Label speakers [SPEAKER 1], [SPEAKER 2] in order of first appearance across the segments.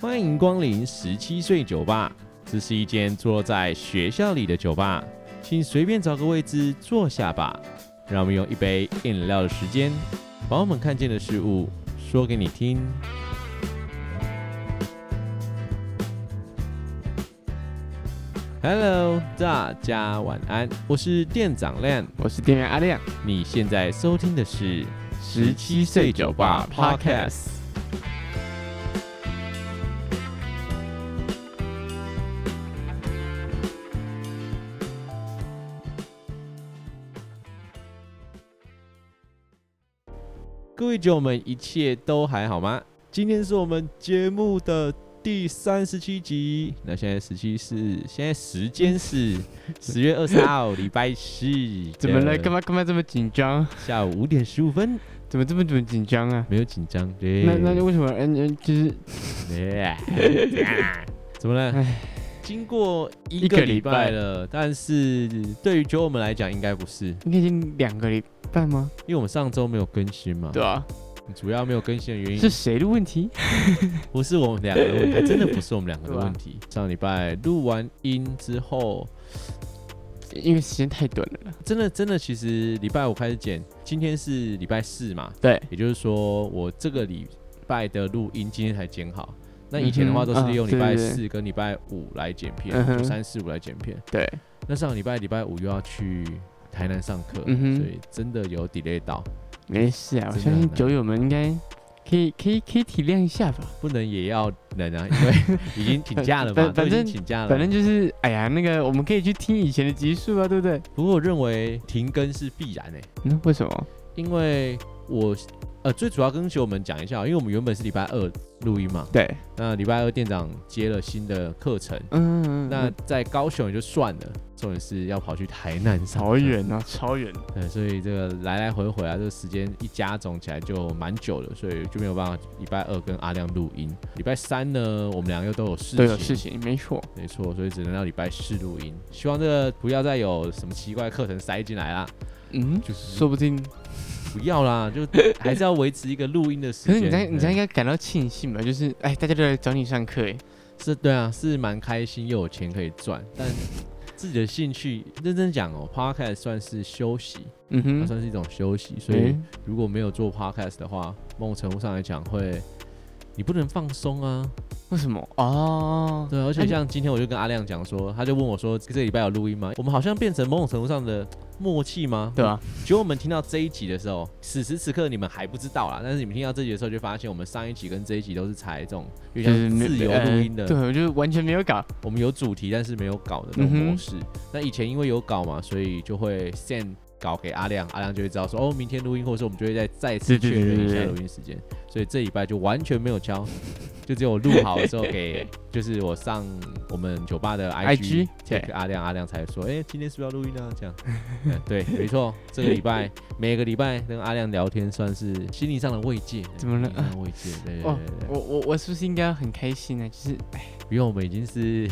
[SPEAKER 1] 欢迎光临十七岁酒吧，这是一间坐在学校里的酒吧，请随便找个位置坐下吧。让我们用一杯饮料的时间，把我们看见的事物说给你听。Hello，大家晚安，我是店长 Lan，
[SPEAKER 2] 我是店员阿亮，
[SPEAKER 1] 你现在收听的是十七岁酒吧 Podcast。各位酒友们，一切都还好吗？今天是我们节目的第三十七集。那现在时期是现在时间是十月二十号，礼拜四。
[SPEAKER 2] 怎么了？干？嘛干嘛这么紧张？
[SPEAKER 1] 下午五点十五分，
[SPEAKER 2] 怎么这么怎么紧张啊？
[SPEAKER 1] 没有紧张。对，
[SPEAKER 2] 那那为什么？嗯嗯，就是
[SPEAKER 1] 怎么了？经过一
[SPEAKER 2] 一
[SPEAKER 1] 个
[SPEAKER 2] 个
[SPEAKER 1] 礼
[SPEAKER 2] 礼
[SPEAKER 1] 拜
[SPEAKER 2] 拜
[SPEAKER 1] 了，但是对于酒友们来讲，应该不是，因
[SPEAKER 2] 应该已经两个礼拜吗？
[SPEAKER 1] 为我们上周没有更新嘛。
[SPEAKER 2] 对，啊，
[SPEAKER 1] 主要没有更新的原因
[SPEAKER 2] 是谁的问题？
[SPEAKER 1] 不是我们两个的问题，真的不是我们两个的问题。 上礼拜录完音之后，
[SPEAKER 2] 因为时间太短了啦。
[SPEAKER 1] 真的真的，其实礼拜五开始剪，今天是礼拜四嘛，
[SPEAKER 2] 对，
[SPEAKER 1] 也就是说我这个礼拜的录音今天才剪好。那以前的话
[SPEAKER 2] 嗯
[SPEAKER 1] 都
[SPEAKER 2] 哼
[SPEAKER 1] 是
[SPEAKER 2] 啊
[SPEAKER 1] 利用礼拜
[SPEAKER 2] 对对
[SPEAKER 1] 四跟礼拜五来剪片，
[SPEAKER 2] 嗯哼
[SPEAKER 1] 就三四五来剪片。
[SPEAKER 2] 对，
[SPEAKER 1] 那上礼拜礼拜五又要去台南上课，
[SPEAKER 2] 嗯哼
[SPEAKER 1] 所以真的有 delay 到，
[SPEAKER 2] 没事啊，我
[SPEAKER 1] 真的
[SPEAKER 2] 相
[SPEAKER 1] 很
[SPEAKER 2] 信
[SPEAKER 1] 难
[SPEAKER 2] 酒友们应该可以可以可以体谅一下吧。
[SPEAKER 1] 不能也要能啊，因为已经请假了嘛，都
[SPEAKER 2] 反反
[SPEAKER 1] 已经
[SPEAKER 2] 正
[SPEAKER 1] 请假了，
[SPEAKER 2] 反正就是，哎呀，那个我们可以去听以前的集数啊，对不对？
[SPEAKER 1] 不过我认为停更是必然诶、欸
[SPEAKER 2] 嗯，为什么？
[SPEAKER 1] 因为我呃最主要跟酒友们讲一下，因为我们原本是礼拜二录音嘛，
[SPEAKER 2] 对，
[SPEAKER 1] 那礼拜二店长接了新的课程，
[SPEAKER 2] 嗯，嗯
[SPEAKER 1] 那
[SPEAKER 2] 嗯
[SPEAKER 1] 在高雄也就算了，重点是要跑去台南上
[SPEAKER 2] 好
[SPEAKER 1] 课，
[SPEAKER 2] 远啊，超远。
[SPEAKER 1] 对，所以这个来来回回啊，这个时间一加总起来就蛮久了，所以就没有办法礼拜二跟阿亮录音，礼拜三呢我们两个又都有事情，
[SPEAKER 2] 对，有事情，没错。
[SPEAKER 1] 没错，所以只能到礼拜四录音，希望这个不要再有什么奇怪的课程塞进来啦，
[SPEAKER 2] 嗯，
[SPEAKER 1] 就是
[SPEAKER 2] 说不定
[SPEAKER 1] 不要啦，就还是要维持一个录音的时
[SPEAKER 2] 可
[SPEAKER 1] 间。
[SPEAKER 2] 是你在你在
[SPEAKER 1] 对
[SPEAKER 2] 应该感到庆幸吧？就是哎，大家都来找你上课哎，
[SPEAKER 1] 是对啊，是蛮开心，又有钱可以赚，但自己的兴趣，认真讲哦，podcast 算是休息，
[SPEAKER 2] 嗯
[SPEAKER 1] 它
[SPEAKER 2] 哼，嗯
[SPEAKER 1] 算是一种休息，所
[SPEAKER 2] 所
[SPEAKER 1] 以如果没有做 podcast 的话，某种程度上来讲会。你不能放松啊，
[SPEAKER 2] 为什么？哦，
[SPEAKER 1] 对啊，而且
[SPEAKER 2] 那你
[SPEAKER 1] 像今天我就跟阿亮讲说，他就问我说，这个礼拜有录音吗？我们好像变成某种程度上的默契吗？
[SPEAKER 2] 对啊吧？
[SPEAKER 1] 结果我们听到这一集的时候，此时此刻你们还不知道啦，但是你们听到这集的时候，就发现我们上一集跟这一集都是采这种有
[SPEAKER 2] 就
[SPEAKER 1] 点
[SPEAKER 2] 是
[SPEAKER 1] 像
[SPEAKER 2] 没
[SPEAKER 1] 自由
[SPEAKER 2] 呃
[SPEAKER 1] 录音的，
[SPEAKER 2] 对，我就完全没有搞，
[SPEAKER 1] 我们有主题但是没有稿的那种
[SPEAKER 2] 嗯哼
[SPEAKER 1] 模式。那以前因为有稿嘛，所以就会 send 稿给阿亮，阿亮就会知道说哦，明天录音，或者是我们就会再再次
[SPEAKER 2] 对对
[SPEAKER 1] 确
[SPEAKER 2] 对
[SPEAKER 1] 认一
[SPEAKER 2] 对
[SPEAKER 1] 下
[SPEAKER 2] 对
[SPEAKER 1] 录音时间。所以这礼拜就完全没有敲，就只有录好的时候给，就是我上我们酒吧的 IG
[SPEAKER 2] IG
[SPEAKER 1] check
[SPEAKER 2] 对
[SPEAKER 1] 阿亮，阿亮才说，哎、今天是不是要录音啊？这样，嗯对，没错，这个礼拜每个礼拜跟阿亮聊天算是心灵上的慰藉，
[SPEAKER 2] 怎么了
[SPEAKER 1] 心灵上的慰藉，对对对
[SPEAKER 2] 哦
[SPEAKER 1] 对，
[SPEAKER 2] 我我我是不是应该要很开心呢？啊就是
[SPEAKER 1] 因为我们已经是，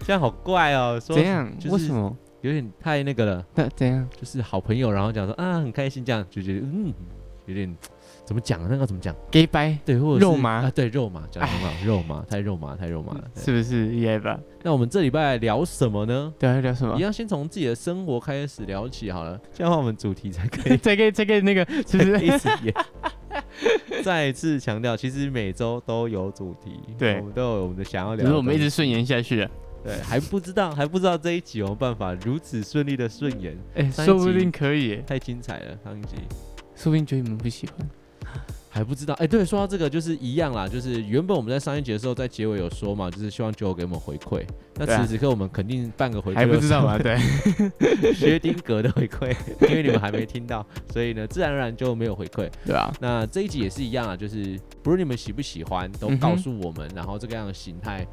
[SPEAKER 1] 这样好怪哦，说
[SPEAKER 2] 怎样？
[SPEAKER 1] 就是
[SPEAKER 2] 为什么？
[SPEAKER 1] 有点太那个了，
[SPEAKER 2] 那怎样？
[SPEAKER 1] 就是好朋友，然后讲说啊很开心这样，就觉得嗯有点怎么讲啊那个怎么讲？
[SPEAKER 2] 给掰
[SPEAKER 1] 对，或者是
[SPEAKER 2] 肉麻哎嗯
[SPEAKER 1] 啊，对肉麻讲得很好，肉麻太肉麻太肉麻了。对
[SPEAKER 2] 是不是也吧？
[SPEAKER 1] 那我们这礼拜聊什么呢？
[SPEAKER 2] 对啊，聊什
[SPEAKER 1] 一
[SPEAKER 2] 么？
[SPEAKER 1] 样先从自己的生活开始聊起好了，这样的话我们主题才可以
[SPEAKER 2] 再给再给那个，是不
[SPEAKER 1] 再 一
[SPEAKER 2] 是？
[SPEAKER 1] 次演。再次强调，其实每周都有主题，
[SPEAKER 2] 对
[SPEAKER 1] 我们都有我们的想要聊的
[SPEAKER 2] 只
[SPEAKER 1] 东
[SPEAKER 2] 是
[SPEAKER 1] 西。
[SPEAKER 2] 我们一直顺延下去啊。
[SPEAKER 1] 对，还不知道，还不知道这一集有没有办法如此顺利的顺延，
[SPEAKER 2] 哎，
[SPEAKER 1] 上一
[SPEAKER 2] 说不
[SPEAKER 1] 集
[SPEAKER 2] 定可以耶，
[SPEAKER 1] 太精彩了，上一集
[SPEAKER 2] 说不定觉得你们不喜欢。
[SPEAKER 1] 还不知道。哎、对，说到这个就是一样啦，就是原本我们在上一集的时候，在结尾有说嘛，就是希望酒友给我们回馈。那
[SPEAKER 2] 对啊
[SPEAKER 1] 此时此刻我们肯定半个回馈
[SPEAKER 2] 还不
[SPEAKER 1] 都
[SPEAKER 2] 知
[SPEAKER 1] 是
[SPEAKER 2] 道嘛？对，
[SPEAKER 1] 薛丁格的回馈，因为你们还没听到，所以呢，自然而然就没有回馈。
[SPEAKER 2] 对啊，
[SPEAKER 1] 那这一集也是一样啊，就是不论你们喜不喜欢，都
[SPEAKER 2] 嗯哼
[SPEAKER 1] 告诉我们，然后这个样的形态，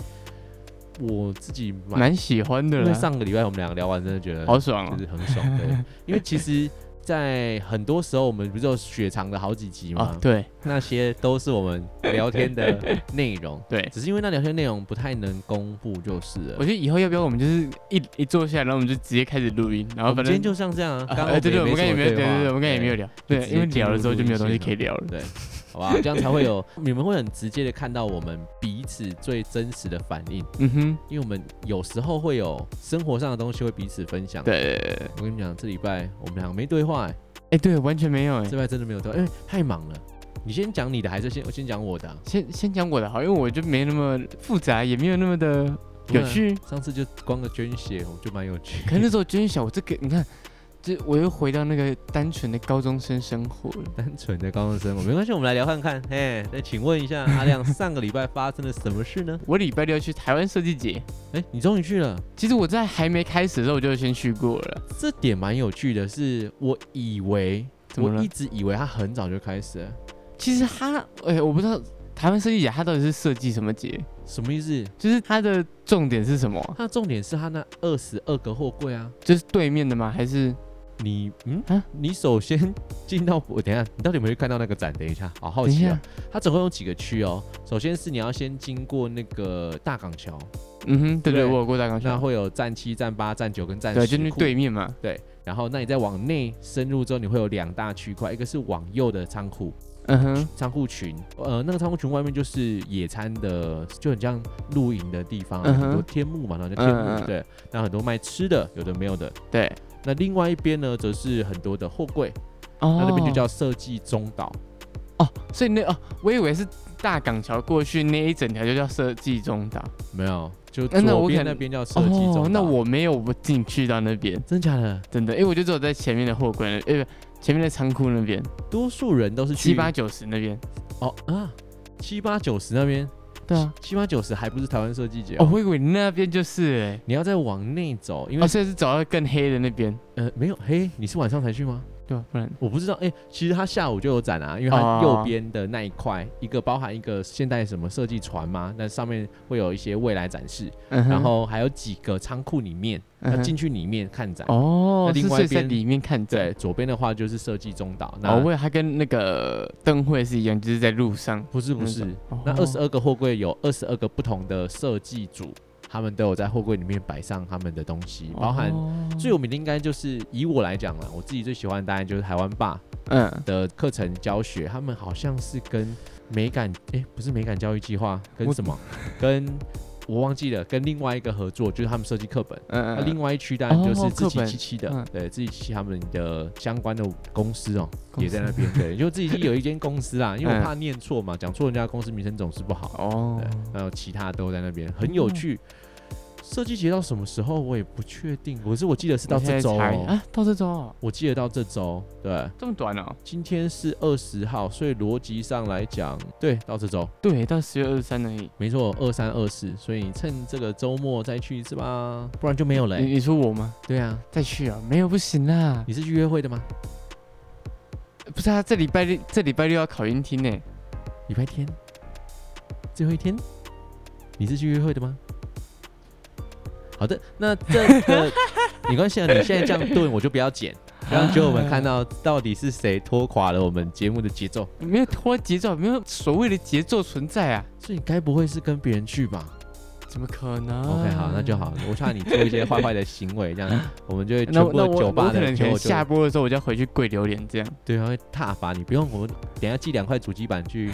[SPEAKER 1] 我自己蛮
[SPEAKER 2] 蛮喜欢的
[SPEAKER 1] 因为
[SPEAKER 2] 啦，
[SPEAKER 1] 上个礼拜我们两个聊完，真的觉得
[SPEAKER 2] 好爽
[SPEAKER 1] 就
[SPEAKER 2] 哦。
[SPEAKER 1] 是很爽，对，因为其实在很多时候，我们不是有雪藏的好几集吗？
[SPEAKER 2] 哦，对
[SPEAKER 1] 那些都是我们聊天的内容，
[SPEAKER 2] 对，
[SPEAKER 1] 只是因为那聊天内容不太能公布就是了。
[SPEAKER 2] 我觉得以后要不要我们就是一一坐下来，然后我们就直接开始录音，然后
[SPEAKER 1] 我们
[SPEAKER 2] 反
[SPEAKER 1] 今天
[SPEAKER 2] 正
[SPEAKER 1] 就像这样啊，刚刚
[SPEAKER 2] 呃，对对，我们刚才也没有，
[SPEAKER 1] 什
[SPEAKER 2] 对
[SPEAKER 1] 么对
[SPEAKER 2] 对
[SPEAKER 1] 话
[SPEAKER 2] 对，我们刚才也没有聊，对，
[SPEAKER 1] 直接
[SPEAKER 2] 因为
[SPEAKER 1] 进入
[SPEAKER 2] 聊了之后就没有东西
[SPEAKER 1] 录音室
[SPEAKER 2] 可以聊了。
[SPEAKER 1] 对，好吧，这样才会有 你们会很直接的看到我们彼此最真实的反应，
[SPEAKER 2] 嗯哼，
[SPEAKER 1] 因为我们有时候会有生活上的东西会彼此分享。，
[SPEAKER 2] 对对对，对
[SPEAKER 1] 我跟你讲，这礼拜我们两个没对话、欸，
[SPEAKER 2] 哎，对，完全没有哎
[SPEAKER 1] 这。礼拜真的没有对话，因为太忙了。你先讲你的，还是先我先讲我的啊、
[SPEAKER 2] 先先讲我的好，因为我就没那么复杂，也没有那么的
[SPEAKER 1] 对
[SPEAKER 2] 有
[SPEAKER 1] 啊
[SPEAKER 2] 趣。
[SPEAKER 1] 上次就光个捐血，我就蛮有趣。
[SPEAKER 2] 可是那时候真想，我这个你看，这我又回到那个单纯的高中生生活了。
[SPEAKER 1] 单纯的高中生活，没关系，我们来聊看看。哎，那请问一下，阿亮上个礼拜发生了什么事呢？
[SPEAKER 2] 我礼拜六去台湾设计节，
[SPEAKER 1] 哎，你终于去了，
[SPEAKER 2] 其实我在还没开始的时候我就先去过了。
[SPEAKER 1] 这点蛮有趣的是。我以为，
[SPEAKER 2] 怎么
[SPEAKER 1] 我
[SPEAKER 2] 了
[SPEAKER 1] 一直以为他很早就开始了，
[SPEAKER 2] 其实它，哎、我不知道台湾设计节它到底是设计什么节，
[SPEAKER 1] 什么意思？
[SPEAKER 2] 就是它的重点是什么啊？
[SPEAKER 1] 他重点是他那二十二个货柜啊。
[SPEAKER 2] 就是对面的吗？还是
[SPEAKER 1] 你嗯
[SPEAKER 2] 啊
[SPEAKER 1] 你首先进到我等一下，你到底有没有看到那个展？等一下，好好奇啊。它总共有几个区哦？首先是你要先经过那个大港桥，
[SPEAKER 2] 嗯哼，对对，
[SPEAKER 1] 对
[SPEAKER 2] 我有过大港
[SPEAKER 1] 那
[SPEAKER 2] 桥，
[SPEAKER 1] 会有站七、站八、站九跟站十。
[SPEAKER 2] 对，就是对。面嘛。
[SPEAKER 1] 然后，那你再往内深入之后，你会有两大区块，一个是往右的仓库
[SPEAKER 2] 嗯哼，
[SPEAKER 1] 仓库群，呃，那个仓库群外面就是野餐的，就很像露营的地方啊，
[SPEAKER 2] 嗯哼
[SPEAKER 1] 很多天幕嘛，然后叫天幕，
[SPEAKER 2] 嗯嗯嗯
[SPEAKER 1] 对，那很多卖吃的，有的没有的。
[SPEAKER 2] 对，
[SPEAKER 1] 那另外一边呢，则是很多的货柜，
[SPEAKER 2] 哦
[SPEAKER 1] 那那边就叫设计中岛。
[SPEAKER 2] 哦，所以那哦，我以为是大港桥过去那一整条就叫设计中岛。
[SPEAKER 1] 没有，就
[SPEAKER 2] 哎那那我
[SPEAKER 1] 左边
[SPEAKER 2] 可能
[SPEAKER 1] 那边叫设计中岛、
[SPEAKER 2] 哦，那我没有不进去到那边，
[SPEAKER 1] 真假的，
[SPEAKER 2] 真的，因为我就只有在前面的货柜那，呃，不前面的仓库那边，
[SPEAKER 1] 多数人都是去
[SPEAKER 2] 七八九十那边。
[SPEAKER 1] 哦啊，七八九十那边，
[SPEAKER 2] 对啊，
[SPEAKER 1] 七八九十还不是台湾设计节
[SPEAKER 2] 哦，
[SPEAKER 1] 哦。
[SPEAKER 2] 我以为那边就是哎、
[SPEAKER 1] 你要再往内走，因为、
[SPEAKER 2] 哦，所以是走到更黑的那边。
[SPEAKER 1] 呃没有，嘿，你是晚上才去吗？
[SPEAKER 2] 对啊，不然
[SPEAKER 1] 我不知道，哎、其实它下午就有展啊，因为
[SPEAKER 2] 哦
[SPEAKER 1] 它右边的那一块，一个包含一个现代什么设计船嘛，那上面会有一些未来展示，
[SPEAKER 2] 嗯哼
[SPEAKER 1] 然后还有几个仓库里面，要
[SPEAKER 2] 嗯哼
[SPEAKER 1] 进去里面看展。
[SPEAKER 2] 哦，
[SPEAKER 1] 那
[SPEAKER 2] 是
[SPEAKER 1] 另外
[SPEAKER 2] 所以
[SPEAKER 1] 一
[SPEAKER 2] 在
[SPEAKER 1] 边
[SPEAKER 2] 里面看展
[SPEAKER 1] 对，。左边的话就是设计中岛，那
[SPEAKER 2] 哦，我以为它跟那个灯会是一样，就是在路上。
[SPEAKER 1] 不是不是，
[SPEAKER 2] 哦
[SPEAKER 1] 那二十二个货柜有二十二个不同的设计组，他们都有在货柜里面摆上他们的东西，包含
[SPEAKER 2] 哦
[SPEAKER 1] 最有名的应该就是以我来讲啦，我自己最喜欢的当然就是台湾爸
[SPEAKER 2] 嗯，
[SPEAKER 1] 的课程教学，他们好像是跟美感诶，不是美感教育计划，跟
[SPEAKER 2] 我
[SPEAKER 1] 什么？跟我忘记了，跟另外一个合作，就是他们设计课本。
[SPEAKER 2] 嗯
[SPEAKER 1] 那、
[SPEAKER 2] 嗯，
[SPEAKER 1] 啊另外一区当然就是
[SPEAKER 2] 哦
[SPEAKER 1] 自
[SPEAKER 2] 课
[SPEAKER 1] 己
[SPEAKER 2] 本
[SPEAKER 1] 七七的，
[SPEAKER 2] 嗯
[SPEAKER 1] 对，自己七七他们的相关的公司哦，
[SPEAKER 2] 公
[SPEAKER 1] 也在
[SPEAKER 2] 司
[SPEAKER 1] 那边，对，就自己有一间公司啦，因为我
[SPEAKER 2] 嗯
[SPEAKER 1] 怕念错嘛，讲错人家公司名称总是不好。
[SPEAKER 2] 哦
[SPEAKER 1] 对，还有其他都在那边，很有趣。设计节到什么时候我也不确定，可是我记得是到
[SPEAKER 2] 我现
[SPEAKER 1] 这
[SPEAKER 2] 在
[SPEAKER 1] 周、
[SPEAKER 2] 查一
[SPEAKER 1] 哦，
[SPEAKER 2] 啊，到这周哦，
[SPEAKER 1] 我记得到这周。对，
[SPEAKER 2] 这么短哦。
[SPEAKER 1] 今天是二十号，所以逻辑上来讲，对，到这周
[SPEAKER 2] 对，到十月二十三而已。
[SPEAKER 1] 没错，二三二四，所以你趁这个周末再去一次吧，不然就没有了欸、
[SPEAKER 2] 你你说我吗？
[SPEAKER 1] 对啊，
[SPEAKER 2] 再去啊？没有，不行啦。
[SPEAKER 1] 你是去约会的吗？
[SPEAKER 2] 不是啊，这礼拜六这礼拜六要考音听呢。
[SPEAKER 1] 礼拜天，最后一天，你是去约会的吗？好的，那这 个没关系啊，你现在这样顿我就不要剪，让就我们看到到底是谁拖垮了我们节目的节奏。
[SPEAKER 2] 没有拖节奏，没有所谓的节奏存在啊。
[SPEAKER 1] 所以你该不会是跟别人去吧
[SPEAKER 2] 怎么可能
[SPEAKER 1] ？OK，好，那就好。了。我怕你做一些坏坏的行为，这 样我们就会全
[SPEAKER 2] 那我
[SPEAKER 1] 部
[SPEAKER 2] 那
[SPEAKER 1] 的
[SPEAKER 2] 我
[SPEAKER 1] 酒吧
[SPEAKER 2] 我可
[SPEAKER 1] 的
[SPEAKER 2] 能可
[SPEAKER 1] 酒
[SPEAKER 2] 能
[SPEAKER 1] 就
[SPEAKER 2] 下播的时候我就要回去跪榴莲 这样，
[SPEAKER 1] 对，他会踏伐你。不用，我们等一下寄两块主机板去，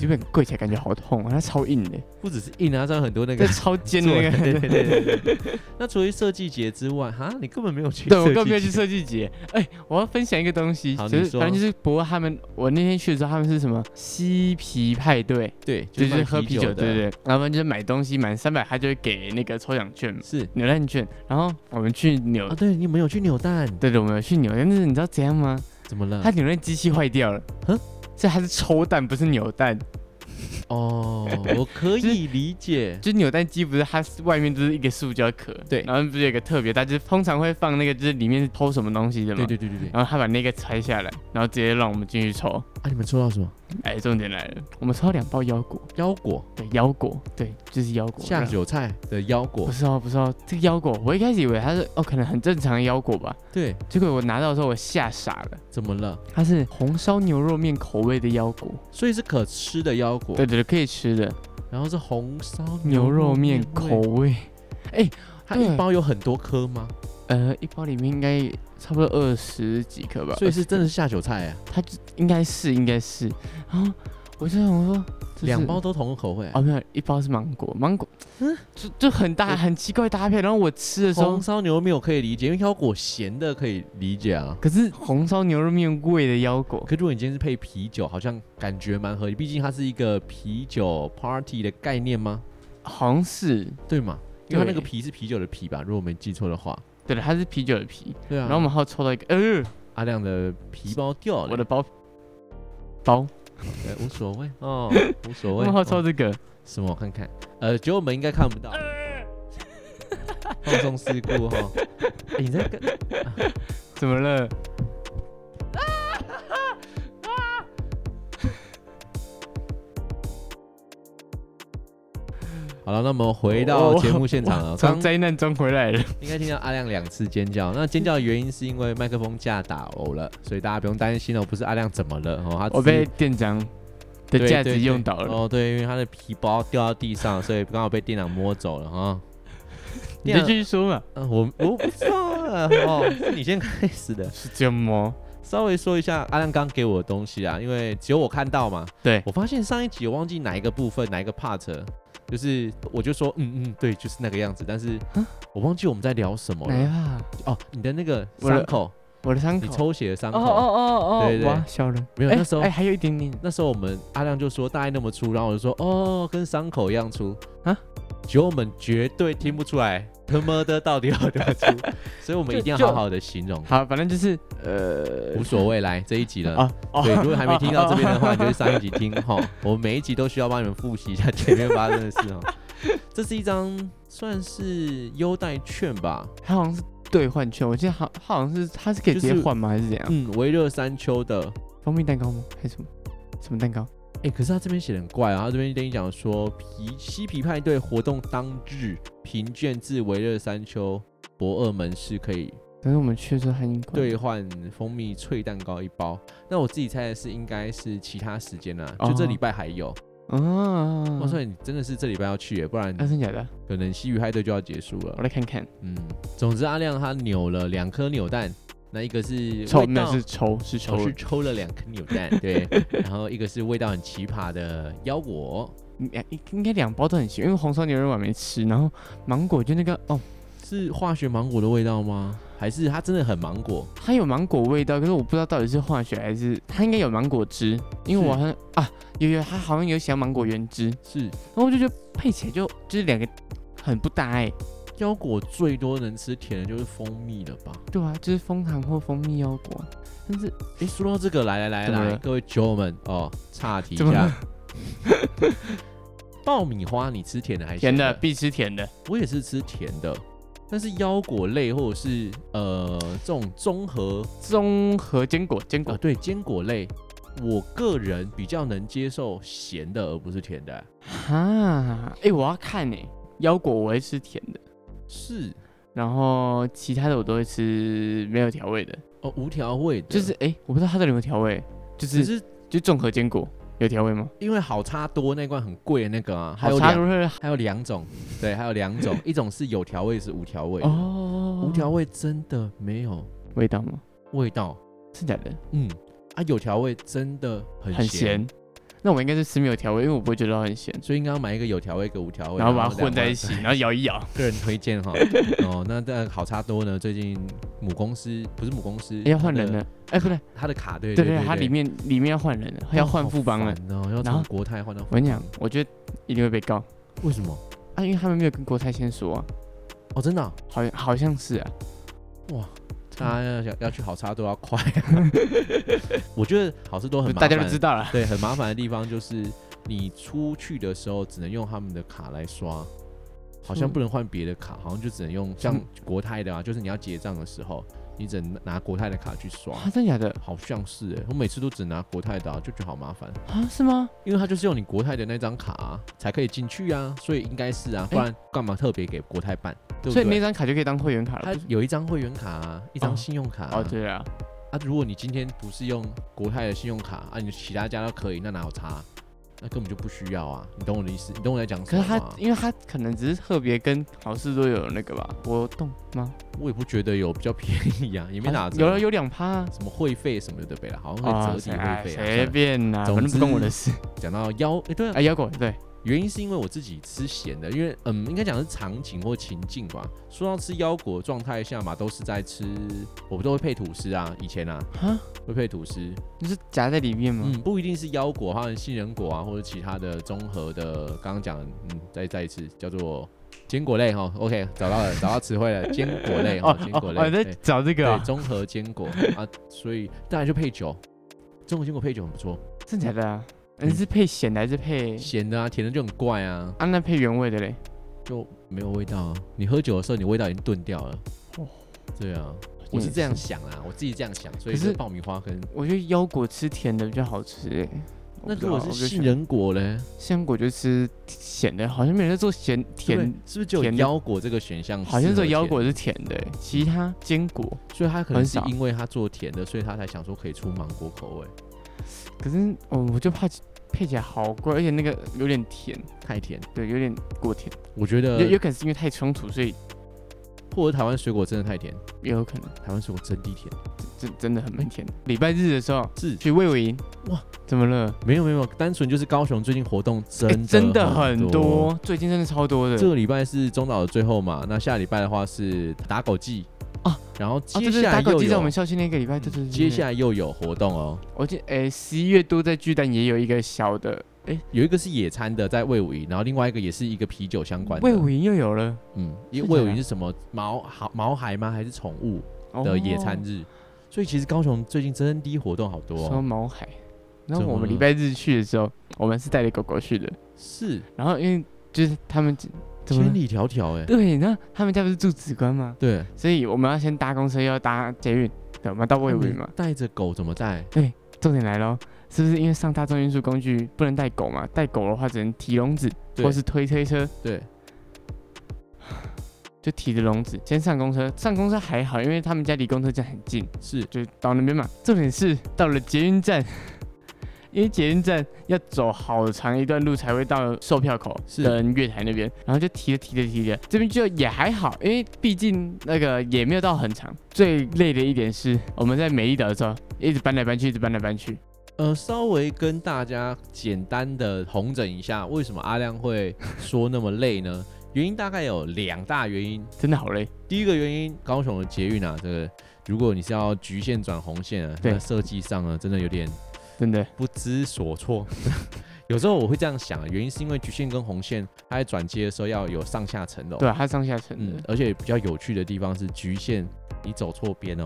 [SPEAKER 2] 有点跪起来感觉好痛啊，它超硬的，
[SPEAKER 1] 不只是硬啊，上有很多那
[SPEAKER 2] 这
[SPEAKER 1] 个
[SPEAKER 2] 超尖的
[SPEAKER 1] 做
[SPEAKER 2] 那
[SPEAKER 1] 人。对
[SPEAKER 2] 个。
[SPEAKER 1] 对对对对。 那除了设计节之外，哈，你根本没有去。
[SPEAKER 2] 对，我根本没有去。设计节。哎、我要分享一个东西，
[SPEAKER 1] 好
[SPEAKER 2] 就
[SPEAKER 1] 你
[SPEAKER 2] 是
[SPEAKER 1] 说
[SPEAKER 2] 反正就是博他们，我那天去的时候他们是什么嬉皮派对，
[SPEAKER 1] 对，
[SPEAKER 2] 就是
[SPEAKER 1] 卖
[SPEAKER 2] 喝啤酒，
[SPEAKER 1] 的
[SPEAKER 2] 对对，对然后反正就是买东西满三百，他就会给那个抽奖券嘛，
[SPEAKER 1] 是
[SPEAKER 2] 扭蛋券。然后我们去扭，
[SPEAKER 1] 啊，对你没有去扭蛋，
[SPEAKER 2] 对对，我们有去扭蛋，但是你知道怎样吗？
[SPEAKER 1] 怎么了
[SPEAKER 2] 他？扭蛋机器坏掉了
[SPEAKER 1] 嗯哼，
[SPEAKER 2] 所以他是抽蛋，不是扭蛋。
[SPEAKER 1] 哦，我可以理解，
[SPEAKER 2] 就是扭蛋机不是它是外面就是一个塑胶壳，
[SPEAKER 1] 对
[SPEAKER 2] 然后不是有一个特别大，就是通常会放那个就是里面是偷什么东西的嘛，
[SPEAKER 1] 对对对对对，
[SPEAKER 2] 然后他把那个拆下来，然后直接让我们进去抽，
[SPEAKER 1] 啊，你们抽到什么？
[SPEAKER 2] 哎，重点来了，我们抽到两包腰果，
[SPEAKER 1] 腰果，
[SPEAKER 2] 对，腰果，对，就是腰果。
[SPEAKER 1] 下
[SPEAKER 2] 然后
[SPEAKER 1] 酒菜的腰果
[SPEAKER 2] 不。是哦，不是哦，这个腰果，我一开始以为它是哦，可能很正常的腰果吧，
[SPEAKER 1] 对，
[SPEAKER 2] 结果我拿到的时候我吓傻了，
[SPEAKER 1] 怎么了？
[SPEAKER 2] 它是红烧牛肉面口味的腰果，
[SPEAKER 1] 所以是可吃的腰果
[SPEAKER 2] 对，对对，可以吃的
[SPEAKER 1] 然后是红烧
[SPEAKER 2] 牛肉面
[SPEAKER 1] 味
[SPEAKER 2] 口，味，
[SPEAKER 1] 它一
[SPEAKER 2] 对
[SPEAKER 1] 包有很多颗吗？
[SPEAKER 2] 呃，一包里面应该差不多二十几颗吧，
[SPEAKER 1] 所以是真
[SPEAKER 2] 的，
[SPEAKER 1] 的是下酒菜啊，
[SPEAKER 2] 它就应该是应该是，然后我就想说， 这是
[SPEAKER 1] 两包都同口味啊。
[SPEAKER 2] 哦没有，一包是芒果，芒果，
[SPEAKER 1] 嗯
[SPEAKER 2] 就就很大
[SPEAKER 1] 我
[SPEAKER 2] 很奇怪搭配，然后我吃的时候
[SPEAKER 1] 红，烧牛肉面我可以理解，因为腰果咸的可以理解啊。
[SPEAKER 2] 可是红烧牛肉面味的腰果，
[SPEAKER 1] 可如果你今天是配啤酒，好像感觉蛮合理，毕竟它是一个啤酒 party 的概念吗？
[SPEAKER 2] 好像是，
[SPEAKER 1] 对吗？因为它那个
[SPEAKER 2] 对
[SPEAKER 1] 啤是啤酒的啤吧，如果我没记错的话。
[SPEAKER 2] 对了，它是啤酒的啤，
[SPEAKER 1] 对啊，
[SPEAKER 2] 然后我们还有抽到一个，呃，
[SPEAKER 1] 阿亮的皮包掉了，
[SPEAKER 2] 我的包包，
[SPEAKER 1] 哎无所谓哦，无所
[SPEAKER 2] 我
[SPEAKER 1] 谓。
[SPEAKER 2] 们还有
[SPEAKER 1] 哦
[SPEAKER 2] 抽这个。
[SPEAKER 1] 什么？我看看，呃，觉得我们应该看不到。放纵事故哈、哎你在跟
[SPEAKER 2] 怎么了？
[SPEAKER 1] 好了，那么回到节目现场了。刚
[SPEAKER 2] 从灾难中回来了。
[SPEAKER 1] 应该听到阿亮两次尖叫，那尖叫的原因是因为麦克风架打偶了，所以大家不用担心哦，不是阿亮怎么了哦，他只是
[SPEAKER 2] 我被店长的
[SPEAKER 1] 对
[SPEAKER 2] 价
[SPEAKER 1] 对
[SPEAKER 2] 值
[SPEAKER 1] 对
[SPEAKER 2] 用到了。
[SPEAKER 1] 哦，对，因为他的皮包掉到地上，所以刚好被店长摸走了哈、
[SPEAKER 2] 你
[SPEAKER 1] 店
[SPEAKER 2] 就
[SPEAKER 1] 长
[SPEAKER 2] 继续说嘛，
[SPEAKER 1] 呃我我不知道啊，哦，是你先开始的。
[SPEAKER 2] 是这么？
[SPEAKER 1] 稍微说一下阿亮刚给我的东西啊，因为只有我看到嘛。
[SPEAKER 2] 对
[SPEAKER 1] 我发现上一集我忘记哪一个部分哪一个 part，了就是我就说嗯嗯对，就是那个样子，但是
[SPEAKER 2] 啊
[SPEAKER 1] 我忘记我们在聊什么
[SPEAKER 2] 来
[SPEAKER 1] 了。
[SPEAKER 2] 吧，
[SPEAKER 1] 哦，你的那个
[SPEAKER 2] 我的
[SPEAKER 1] 伤口，
[SPEAKER 2] 我的伤口。
[SPEAKER 1] 你抽血的伤
[SPEAKER 2] 哦
[SPEAKER 1] 口，
[SPEAKER 2] 哦哦哦，
[SPEAKER 1] 对对
[SPEAKER 2] 哇，小人
[SPEAKER 1] 没有
[SPEAKER 2] 哎
[SPEAKER 1] 那时候
[SPEAKER 2] 哎，还有一点点。
[SPEAKER 1] 那时候我们阿亮就说大概那么粗，然后我就说哦跟伤口一样粗
[SPEAKER 2] 啊，
[SPEAKER 1] 结果我们绝对听不出来 他妈的到底有多粗，所以我们一定要
[SPEAKER 2] 就就
[SPEAKER 1] 好好的形 容。
[SPEAKER 2] 好，反正就是呃
[SPEAKER 1] 无所谓，来这一集了
[SPEAKER 2] 啊，哦
[SPEAKER 1] 对，如果还没听到这边的话，你就去上一集 听哈。我们每一集都需要帮你们复习一下前面发生的事哈。这是一张算是优待券吧，
[SPEAKER 2] 它好像是兑换券，我记得好，它好像是它是可以直接
[SPEAKER 1] 就是
[SPEAKER 2] 换吗？还是怎样？
[SPEAKER 1] 嗯，维热山丘的。
[SPEAKER 2] 蜂蜜蛋糕吗？还是什么？什么蛋糕？
[SPEAKER 1] 哎、可是他这边写的很怪啊，他这边跟你讲说，皮嬉皮派对活动当日，凭券至维热山丘博二门市可以
[SPEAKER 2] 但是我们去的时候它已经关
[SPEAKER 1] 兑换蜂蜜脆蛋糕一包。那我自己猜的是，应该是其他时间啦、啊就这礼拜还有。
[SPEAKER 2] 啊，
[SPEAKER 1] 哇塞，你真的是这礼拜要去耶，不然
[SPEAKER 2] 啊，真假的？
[SPEAKER 1] 可能西域派对就要结束了
[SPEAKER 2] 我。来看看，
[SPEAKER 1] 嗯，总之阿亮他扭了两颗扭蛋，那一个是
[SPEAKER 2] 抽
[SPEAKER 1] 味
[SPEAKER 2] 没有
[SPEAKER 1] 道
[SPEAKER 2] 是抽是抽
[SPEAKER 1] 我是
[SPEAKER 2] 了，
[SPEAKER 1] 抽了两颗扭蛋，对，然后一个是味道很奇葩的腰果，
[SPEAKER 2] 两应应该两包都很行，因为红烧牛肉丸没吃，然后芒果就那个哦，
[SPEAKER 1] 是化学芒果的味道吗？还是它真的很芒果？
[SPEAKER 2] 它有芒果味道，可是我不知道到底是化学还是它应该有芒果汁，因为我好像啊有有它好像有想芒果原汁，
[SPEAKER 1] 是
[SPEAKER 2] 然后我就觉得配起来就就是两个很不搭哎、
[SPEAKER 1] 腰果最多能吃甜的就是蜂蜜了吧？
[SPEAKER 2] 对啊，就是蜂糖或蜂蜜腰果，啊但是
[SPEAKER 1] 诶，说到这个，来来来
[SPEAKER 2] 怎么
[SPEAKER 1] 来，
[SPEAKER 2] 了
[SPEAKER 1] 各位酒友们哦，岔题一
[SPEAKER 2] 怎么
[SPEAKER 1] 下
[SPEAKER 2] 了，
[SPEAKER 1] 爆米花你吃甜的还是
[SPEAKER 2] 甜的？必吃甜的，
[SPEAKER 1] 我也是吃甜的，但是腰果类或者是呃这种综合
[SPEAKER 2] 综合坚果坚
[SPEAKER 1] 啊，
[SPEAKER 2] 果
[SPEAKER 1] 对坚果类，我个人比较能接受咸的，而不是甜的。
[SPEAKER 2] 哈，哎、我要看哎、腰果我会吃甜的，
[SPEAKER 1] 是
[SPEAKER 2] 然后其他的我都会吃没有调味的。
[SPEAKER 1] 哦，无调味的，
[SPEAKER 2] 就是哎、诶我不知道它到底有没有调味，就
[SPEAKER 1] 只
[SPEAKER 2] 是
[SPEAKER 1] 是
[SPEAKER 2] 就综合坚果有调味吗？
[SPEAKER 1] 因为好差多那罐很贵的那个啊，还
[SPEAKER 2] 好
[SPEAKER 1] 有
[SPEAKER 2] 差不
[SPEAKER 1] 两
[SPEAKER 2] 多
[SPEAKER 1] 还有两种，对，还有两 种，一种是有调味，是无调味的。
[SPEAKER 2] 哦，
[SPEAKER 1] 无调味真的没有
[SPEAKER 2] 味道吗？
[SPEAKER 1] 味道，
[SPEAKER 2] 是假的，
[SPEAKER 1] 嗯啊，有调味真的很
[SPEAKER 2] 很咸。那我应该是吃没有调味，因为我不会觉得它很咸，
[SPEAKER 1] 所以应该要买一个有调味跟无调味，
[SPEAKER 2] 然后把它
[SPEAKER 1] 两
[SPEAKER 2] 混在
[SPEAKER 1] 罐
[SPEAKER 2] 一起，然后摇一摇。
[SPEAKER 1] 个人推荐 哈。哦，那但好差多呢，最近母公司不是母公司，
[SPEAKER 2] 要换
[SPEAKER 1] 它的
[SPEAKER 2] 人了，哎、不对，
[SPEAKER 1] 他的卡，对
[SPEAKER 2] 对
[SPEAKER 1] 对
[SPEAKER 2] 对，它里面里面要换人了，要换副帮了。啊
[SPEAKER 1] 哦，要
[SPEAKER 2] 然
[SPEAKER 1] 从
[SPEAKER 2] 后
[SPEAKER 1] 国泰换到
[SPEAKER 2] 我跟你讲，我觉得一定会被告
[SPEAKER 1] 为什么？
[SPEAKER 2] 啊，因为他们没有跟国泰先说、啊，
[SPEAKER 1] 哦，真的啊、
[SPEAKER 2] 好像好像是啊，
[SPEAKER 1] 大家要想要去好差都要 快、我觉得好事多很麻
[SPEAKER 2] 大
[SPEAKER 1] 烦，
[SPEAKER 2] 家都知道了。
[SPEAKER 1] 对很麻烦的地方就是你出去的时候只能用他们的卡来刷，好像
[SPEAKER 2] 嗯
[SPEAKER 1] 不能换别的卡，好像就只能用像国泰的啊，就是你要结账的时候，你只能拿国泰的卡去刷。
[SPEAKER 2] 啊，真的假的
[SPEAKER 1] 好像是哎，我每次都只拿国泰的、啊，就觉得好麻烦，
[SPEAKER 2] 啊？是吗？
[SPEAKER 1] 因为它就是用你国泰的那张卡、啊、才可以进去啊，所以应该是啊，
[SPEAKER 2] 哎
[SPEAKER 1] 不然干嘛特别给国泰办？对不
[SPEAKER 2] 所以那
[SPEAKER 1] 对？
[SPEAKER 2] 张卡就可以当会员卡了
[SPEAKER 1] 它。
[SPEAKER 2] 不是
[SPEAKER 1] 有一张会员卡、啊，一张
[SPEAKER 2] 哦
[SPEAKER 1] 信用卡、
[SPEAKER 2] 哦，对啊，
[SPEAKER 1] 啊，如果你今天不是用国泰的信用卡啊，你其他家都可以，那哪有差、那根本就不需要啊！你懂我的意思？你懂我在讲什
[SPEAKER 2] 可
[SPEAKER 1] 么啊
[SPEAKER 2] 是
[SPEAKER 1] 吗？
[SPEAKER 2] 他，因为他可能只是特别跟好事多有那个吧活动吗？
[SPEAKER 1] 我也不觉得有比较便宜啊，也没
[SPEAKER 2] 好
[SPEAKER 1] 哪折
[SPEAKER 2] 有了有两趴啊。
[SPEAKER 1] 什么会费什么的呗啦，好像会
[SPEAKER 2] 哦
[SPEAKER 1] 折
[SPEAKER 2] 谁
[SPEAKER 1] 抵
[SPEAKER 2] 哎
[SPEAKER 1] 会费啊
[SPEAKER 2] 随
[SPEAKER 1] 算了。
[SPEAKER 2] 便啦，
[SPEAKER 1] 总
[SPEAKER 2] 反正不关我的事。
[SPEAKER 1] 讲到腰，哎、对啊，
[SPEAKER 2] 哎，摇滚对，
[SPEAKER 1] 原因是因为我自己吃咸的，因为嗯，应该讲是场景或情境吧。说到吃腰果的状态下嘛，都是在吃，我们都会配吐司啊，以前啊
[SPEAKER 2] 啊，
[SPEAKER 1] 会配吐司，
[SPEAKER 2] 你是夹在里面吗？
[SPEAKER 1] 嗯，不一定是腰果，还有杏仁果啊，或者其他的综合的。刚刚讲，嗯，再再一次叫做坚果类哈。OK，找 到了，找到词汇了，坚果类哈，坚果类。
[SPEAKER 2] 哦，你在
[SPEAKER 1] 对
[SPEAKER 2] 找这个
[SPEAKER 1] 对
[SPEAKER 2] 啊，
[SPEAKER 1] 综合坚果啊，所以当然就配酒，综合坚果配酒很不错，
[SPEAKER 2] 真假的啊？
[SPEAKER 1] 嗯
[SPEAKER 2] 你是配咸的还是配？
[SPEAKER 1] 咸的啊，甜的就很怪啊，
[SPEAKER 2] 啊，那配原味的嘞？
[SPEAKER 1] 就没有味道啊。你喝酒的时候，你味道已经钝掉了。
[SPEAKER 2] 哦
[SPEAKER 1] 对啊，我是这样
[SPEAKER 2] 也是
[SPEAKER 1] 想啊，我自己这样想，所以
[SPEAKER 2] 可是
[SPEAKER 1] 是爆米花跟
[SPEAKER 2] 我觉得腰果吃甜的比较好吃诶。我
[SPEAKER 1] 那
[SPEAKER 2] 不知
[SPEAKER 1] 如果
[SPEAKER 2] 道
[SPEAKER 1] 是
[SPEAKER 2] 我就
[SPEAKER 1] 杏
[SPEAKER 2] 喜
[SPEAKER 1] 仁果嘞，
[SPEAKER 2] 香果就吃咸的，好像没人在做咸
[SPEAKER 1] 对不对嗯
[SPEAKER 2] 甜，
[SPEAKER 1] 是不是只有
[SPEAKER 2] 甜的
[SPEAKER 1] 腰果这个选项？
[SPEAKER 2] 好像只有腰，果是甜的欸，其他坚果。
[SPEAKER 1] 所以他可能
[SPEAKER 2] 很
[SPEAKER 1] 是
[SPEAKER 2] 少
[SPEAKER 1] 因为他做甜的，所以他才想说可以出芒果口味，
[SPEAKER 2] 可是哦，我就怕配起来好怪，而且那个有点甜，
[SPEAKER 1] 太甜。
[SPEAKER 2] 对，有点过甜，
[SPEAKER 1] 我觉得
[SPEAKER 2] 有有可能是因为太冲突，所以
[SPEAKER 1] 或者台湾水果真的太甜，
[SPEAKER 2] 也有可能
[SPEAKER 1] 台湾水果真的甜。
[SPEAKER 2] 真真的很蛮甜的。礼拜日的时候
[SPEAKER 1] 是
[SPEAKER 2] 去魏伟营，
[SPEAKER 1] 哇
[SPEAKER 2] 哇，怎么了？
[SPEAKER 1] 没有没有，单纯就是高雄最近活动真
[SPEAKER 2] 哎
[SPEAKER 1] 的
[SPEAKER 2] 真的
[SPEAKER 1] 很
[SPEAKER 2] 很多，最近真的超多的。哦
[SPEAKER 1] 这个礼拜是中岛的最后嘛，那下礼拜的话是打狗季
[SPEAKER 2] 啊，
[SPEAKER 1] 然后
[SPEAKER 2] 哦，
[SPEAKER 1] 接
[SPEAKER 2] 对对，
[SPEAKER 1] 下
[SPEAKER 2] 打
[SPEAKER 1] 来
[SPEAKER 2] 狗
[SPEAKER 1] 又
[SPEAKER 2] 机在
[SPEAKER 1] 有、
[SPEAKER 2] 我们校庆那个礼拜，对对对。
[SPEAKER 1] 接下
[SPEAKER 2] 来，
[SPEAKER 1] 来又有活动哦，
[SPEAKER 2] 我记得哎，十一月多在巨蛋也有一个小的，
[SPEAKER 1] 有一个是野餐的在魏武营，然后另外一个也是一个啤酒相关的。
[SPEAKER 2] 魏武营又有了
[SPEAKER 1] 嗯，因为
[SPEAKER 2] 是假的
[SPEAKER 1] 魏武营是什么毛孩毛孩吗？还是宠物
[SPEAKER 2] 哦
[SPEAKER 1] 的野餐日？所以其实高雄最近真的活动好多、
[SPEAKER 2] 说
[SPEAKER 1] 哦，
[SPEAKER 2] 毛海，然后
[SPEAKER 1] 怎
[SPEAKER 2] 我
[SPEAKER 1] 么
[SPEAKER 2] 们
[SPEAKER 1] 了
[SPEAKER 2] 礼拜日去的时候，我们是带着狗狗去的，
[SPEAKER 1] 是
[SPEAKER 2] 然后因为就是他们怎么
[SPEAKER 1] 千
[SPEAKER 2] 了
[SPEAKER 1] 里迢迢哎、
[SPEAKER 2] 对，那他们家不是住紫关吗？
[SPEAKER 1] 对，
[SPEAKER 2] 所以我们要先搭公车，又要搭捷运，对，我们要到魏武营嘛
[SPEAKER 1] 那你。带着狗怎么带？
[SPEAKER 2] 重点来喽，是不是因为上大众运输工具不能带狗嘛？带狗的话只能提笼子
[SPEAKER 1] 对
[SPEAKER 2] 或是推推车，
[SPEAKER 1] 对，
[SPEAKER 2] 就提着笼子先上公车。上公车还好，因为他们家离公车站很近，
[SPEAKER 1] 是
[SPEAKER 2] 就到那边嘛。重点是到了捷运站，因为捷运站要走好长一段路才会到售票口
[SPEAKER 1] 是
[SPEAKER 2] 跟月台那边，然后就提着提着提着，这边就也还好，因为毕竟那个也没有到很长。最累的一点是我们在美丽岛的时候一直搬来搬去，一直搬来搬去。
[SPEAKER 1] 呃，稍微跟大家简单的红整一下，为什么阿亮会说那么累呢？ 原因大概有两大原因。
[SPEAKER 2] 真的好累，
[SPEAKER 1] 第一个原因，高雄的捷运啊，这个如果你是要局限转红线啊，
[SPEAKER 2] 对
[SPEAKER 1] 那设计上呢，真的有点
[SPEAKER 2] 真的
[SPEAKER 1] 不知所措。 有时候我会这样想啊，原因是因为局限跟红线，它在转接的时候要有上下层楼。
[SPEAKER 2] 对、啊，它上下层的
[SPEAKER 1] 嗯，而且比较有趣的地方是局限，你走错边哦，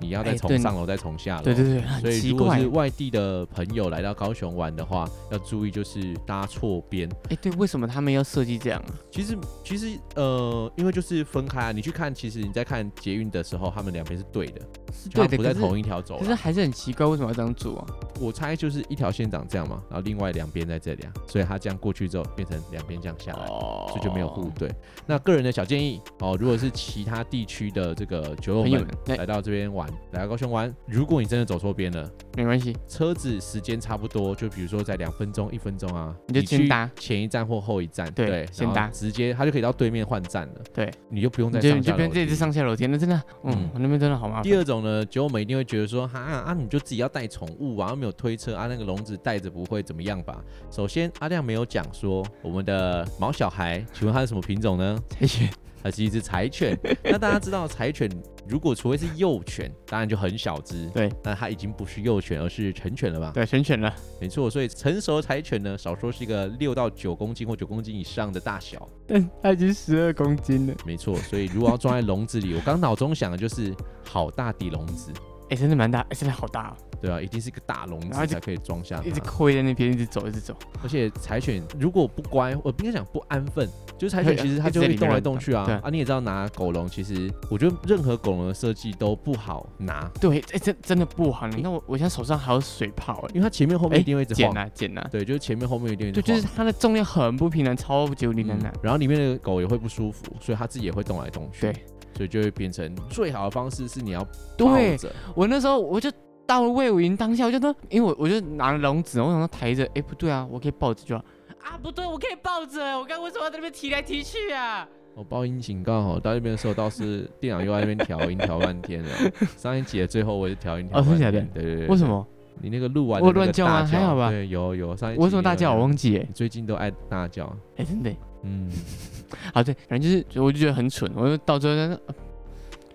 [SPEAKER 1] 你要再
[SPEAKER 2] 哎
[SPEAKER 1] 从
[SPEAKER 2] 对
[SPEAKER 1] 上楼再从下楼。
[SPEAKER 2] 对对对，很
[SPEAKER 1] 所以
[SPEAKER 2] 奇
[SPEAKER 1] 如果
[SPEAKER 2] 怪
[SPEAKER 1] 是。外地的朋友来到高雄玩的话，要注意就是搭错边。
[SPEAKER 2] 哎，对，为什么他们要设计这样啊？
[SPEAKER 1] 其实其实呃，因为就是分开啊，你去看，其实你在看捷运的时候，他们两边是对的，
[SPEAKER 2] 是
[SPEAKER 1] 就
[SPEAKER 2] 对
[SPEAKER 1] 他们
[SPEAKER 2] 的，
[SPEAKER 1] 不
[SPEAKER 2] 可
[SPEAKER 1] 在
[SPEAKER 2] 是
[SPEAKER 1] 同一啊条走
[SPEAKER 2] 可是
[SPEAKER 1] 廊。
[SPEAKER 2] 还是很奇怪，为什么要这样做啊？
[SPEAKER 1] 我猜就是一条线长这样嘛，然后另外两边在这里啊，所以他这样过去之后变成两边这样下来。
[SPEAKER 2] 哦
[SPEAKER 1] 所以就没有互对。那个人的小建议哦，如果是其他地区的这个酒友
[SPEAKER 2] 朋友
[SPEAKER 1] 们
[SPEAKER 2] 们，那
[SPEAKER 1] 来到这边玩，来到高雄玩，如果你真的走错边了，
[SPEAKER 2] 没关系，
[SPEAKER 1] 车子时间差不多，就比如说在两分钟、一分钟啊，
[SPEAKER 2] 你就先
[SPEAKER 1] 去
[SPEAKER 2] 搭
[SPEAKER 1] 前一站或后一站，
[SPEAKER 2] 对
[SPEAKER 1] 对，
[SPEAKER 2] 先
[SPEAKER 1] 然后
[SPEAKER 2] 搭
[SPEAKER 1] 直接他就可以到对面换站了，
[SPEAKER 2] 对，
[SPEAKER 1] 你就不用
[SPEAKER 2] 你
[SPEAKER 1] 再
[SPEAKER 2] 就
[SPEAKER 1] 上
[SPEAKER 2] 你就
[SPEAKER 1] 下
[SPEAKER 2] 不
[SPEAKER 1] 楼
[SPEAKER 2] 用这
[SPEAKER 1] 梯
[SPEAKER 2] 次。上下楼梯，那真的，
[SPEAKER 1] 嗯
[SPEAKER 2] 嗯，我那边真的好麻烦。
[SPEAKER 1] 第二种呢，酒友们一定会觉得说，哈啊，你就自己要带宠物啊，又没有推车啊，那个笼子带着不会怎么样吧？首先，阿亮没有讲说我们的毛小孩，请问它是什么品种呢？
[SPEAKER 2] 才选
[SPEAKER 1] 它呃是一只柴犬。那大家知道，柴犬如果除非是幼犬，当然就很小只。
[SPEAKER 2] 对，
[SPEAKER 1] 那它已经不是幼犬，而是成犬了吧？
[SPEAKER 2] 对，全选了，
[SPEAKER 1] 没错。所以成熟柴犬呢，少说是一个六到九公斤或九公斤以上的大小。
[SPEAKER 2] 但它已经十二公斤了，
[SPEAKER 1] 没错。所以如果要装在笼子里，我刚脑中想的就是好大的笼子。
[SPEAKER 2] 哎，真的蛮大，哎，真的好大哦，
[SPEAKER 1] 对啊，一定是一个大笼
[SPEAKER 2] 然后
[SPEAKER 1] 子
[SPEAKER 2] 一直
[SPEAKER 1] 才可以装下它
[SPEAKER 2] 一直跪在那边，一直走，一直走。
[SPEAKER 1] 而且柴犬如果不乖，我不应该讲不安分，就是柴犬
[SPEAKER 2] 对
[SPEAKER 1] 其实它
[SPEAKER 2] 一直
[SPEAKER 1] 就
[SPEAKER 2] 在
[SPEAKER 1] 会
[SPEAKER 2] 里面
[SPEAKER 1] 动来
[SPEAKER 2] 乱
[SPEAKER 1] 动去啊
[SPEAKER 2] 对
[SPEAKER 1] 啊！你也知道拿狗笼，其实我觉得任何狗笼的设计都不好拿，
[SPEAKER 2] 对，哎、真真的不好。你看我，我现在手上还有水泡、哎，
[SPEAKER 1] 因为它前面后面一定会一直
[SPEAKER 2] 剪
[SPEAKER 1] 晃，
[SPEAKER 2] 啊剪啊，
[SPEAKER 1] 对，就是前面后面一定会一直晃，
[SPEAKER 2] 对，就是它的重量很不平衡，超级无敌难拿。
[SPEAKER 1] 嗯然后里面的狗也会不舒服，所以它自己也会动来动去，
[SPEAKER 2] 对，
[SPEAKER 1] 所以就会变成最好的方式是你要抱
[SPEAKER 2] 对
[SPEAKER 1] 着，
[SPEAKER 2] 我那时候我就到了魏武营当下，我就说，因为我我就拿了笼子，我想说抬着，哎、不对啊，我可以抱着就好。啊，不对，我可以抱着，哎我刚为什么要在那边提来提去啊？
[SPEAKER 1] 我报音警告哦，到那边的时候倒是店长又在那边调音调半天了。 上一集的最后我也是调音调
[SPEAKER 2] 哦
[SPEAKER 1] 半
[SPEAKER 2] 真的
[SPEAKER 1] 天，
[SPEAKER 2] 假的
[SPEAKER 1] 对对对。
[SPEAKER 2] 为什？么？
[SPEAKER 1] 你那个录完的
[SPEAKER 2] 我
[SPEAKER 1] 那个
[SPEAKER 2] 乱叫吗
[SPEAKER 1] 大
[SPEAKER 2] 还好吧
[SPEAKER 1] 对，有有上一集
[SPEAKER 2] 我为什么大
[SPEAKER 1] 有
[SPEAKER 2] 叫？我
[SPEAKER 1] 讲
[SPEAKER 2] 忘记哎、
[SPEAKER 1] 你最近都爱大叫，
[SPEAKER 2] 哎、真的哎、
[SPEAKER 1] 嗯。
[SPEAKER 2] 啊对，反正就是我就觉得很蠢，我就到最后在那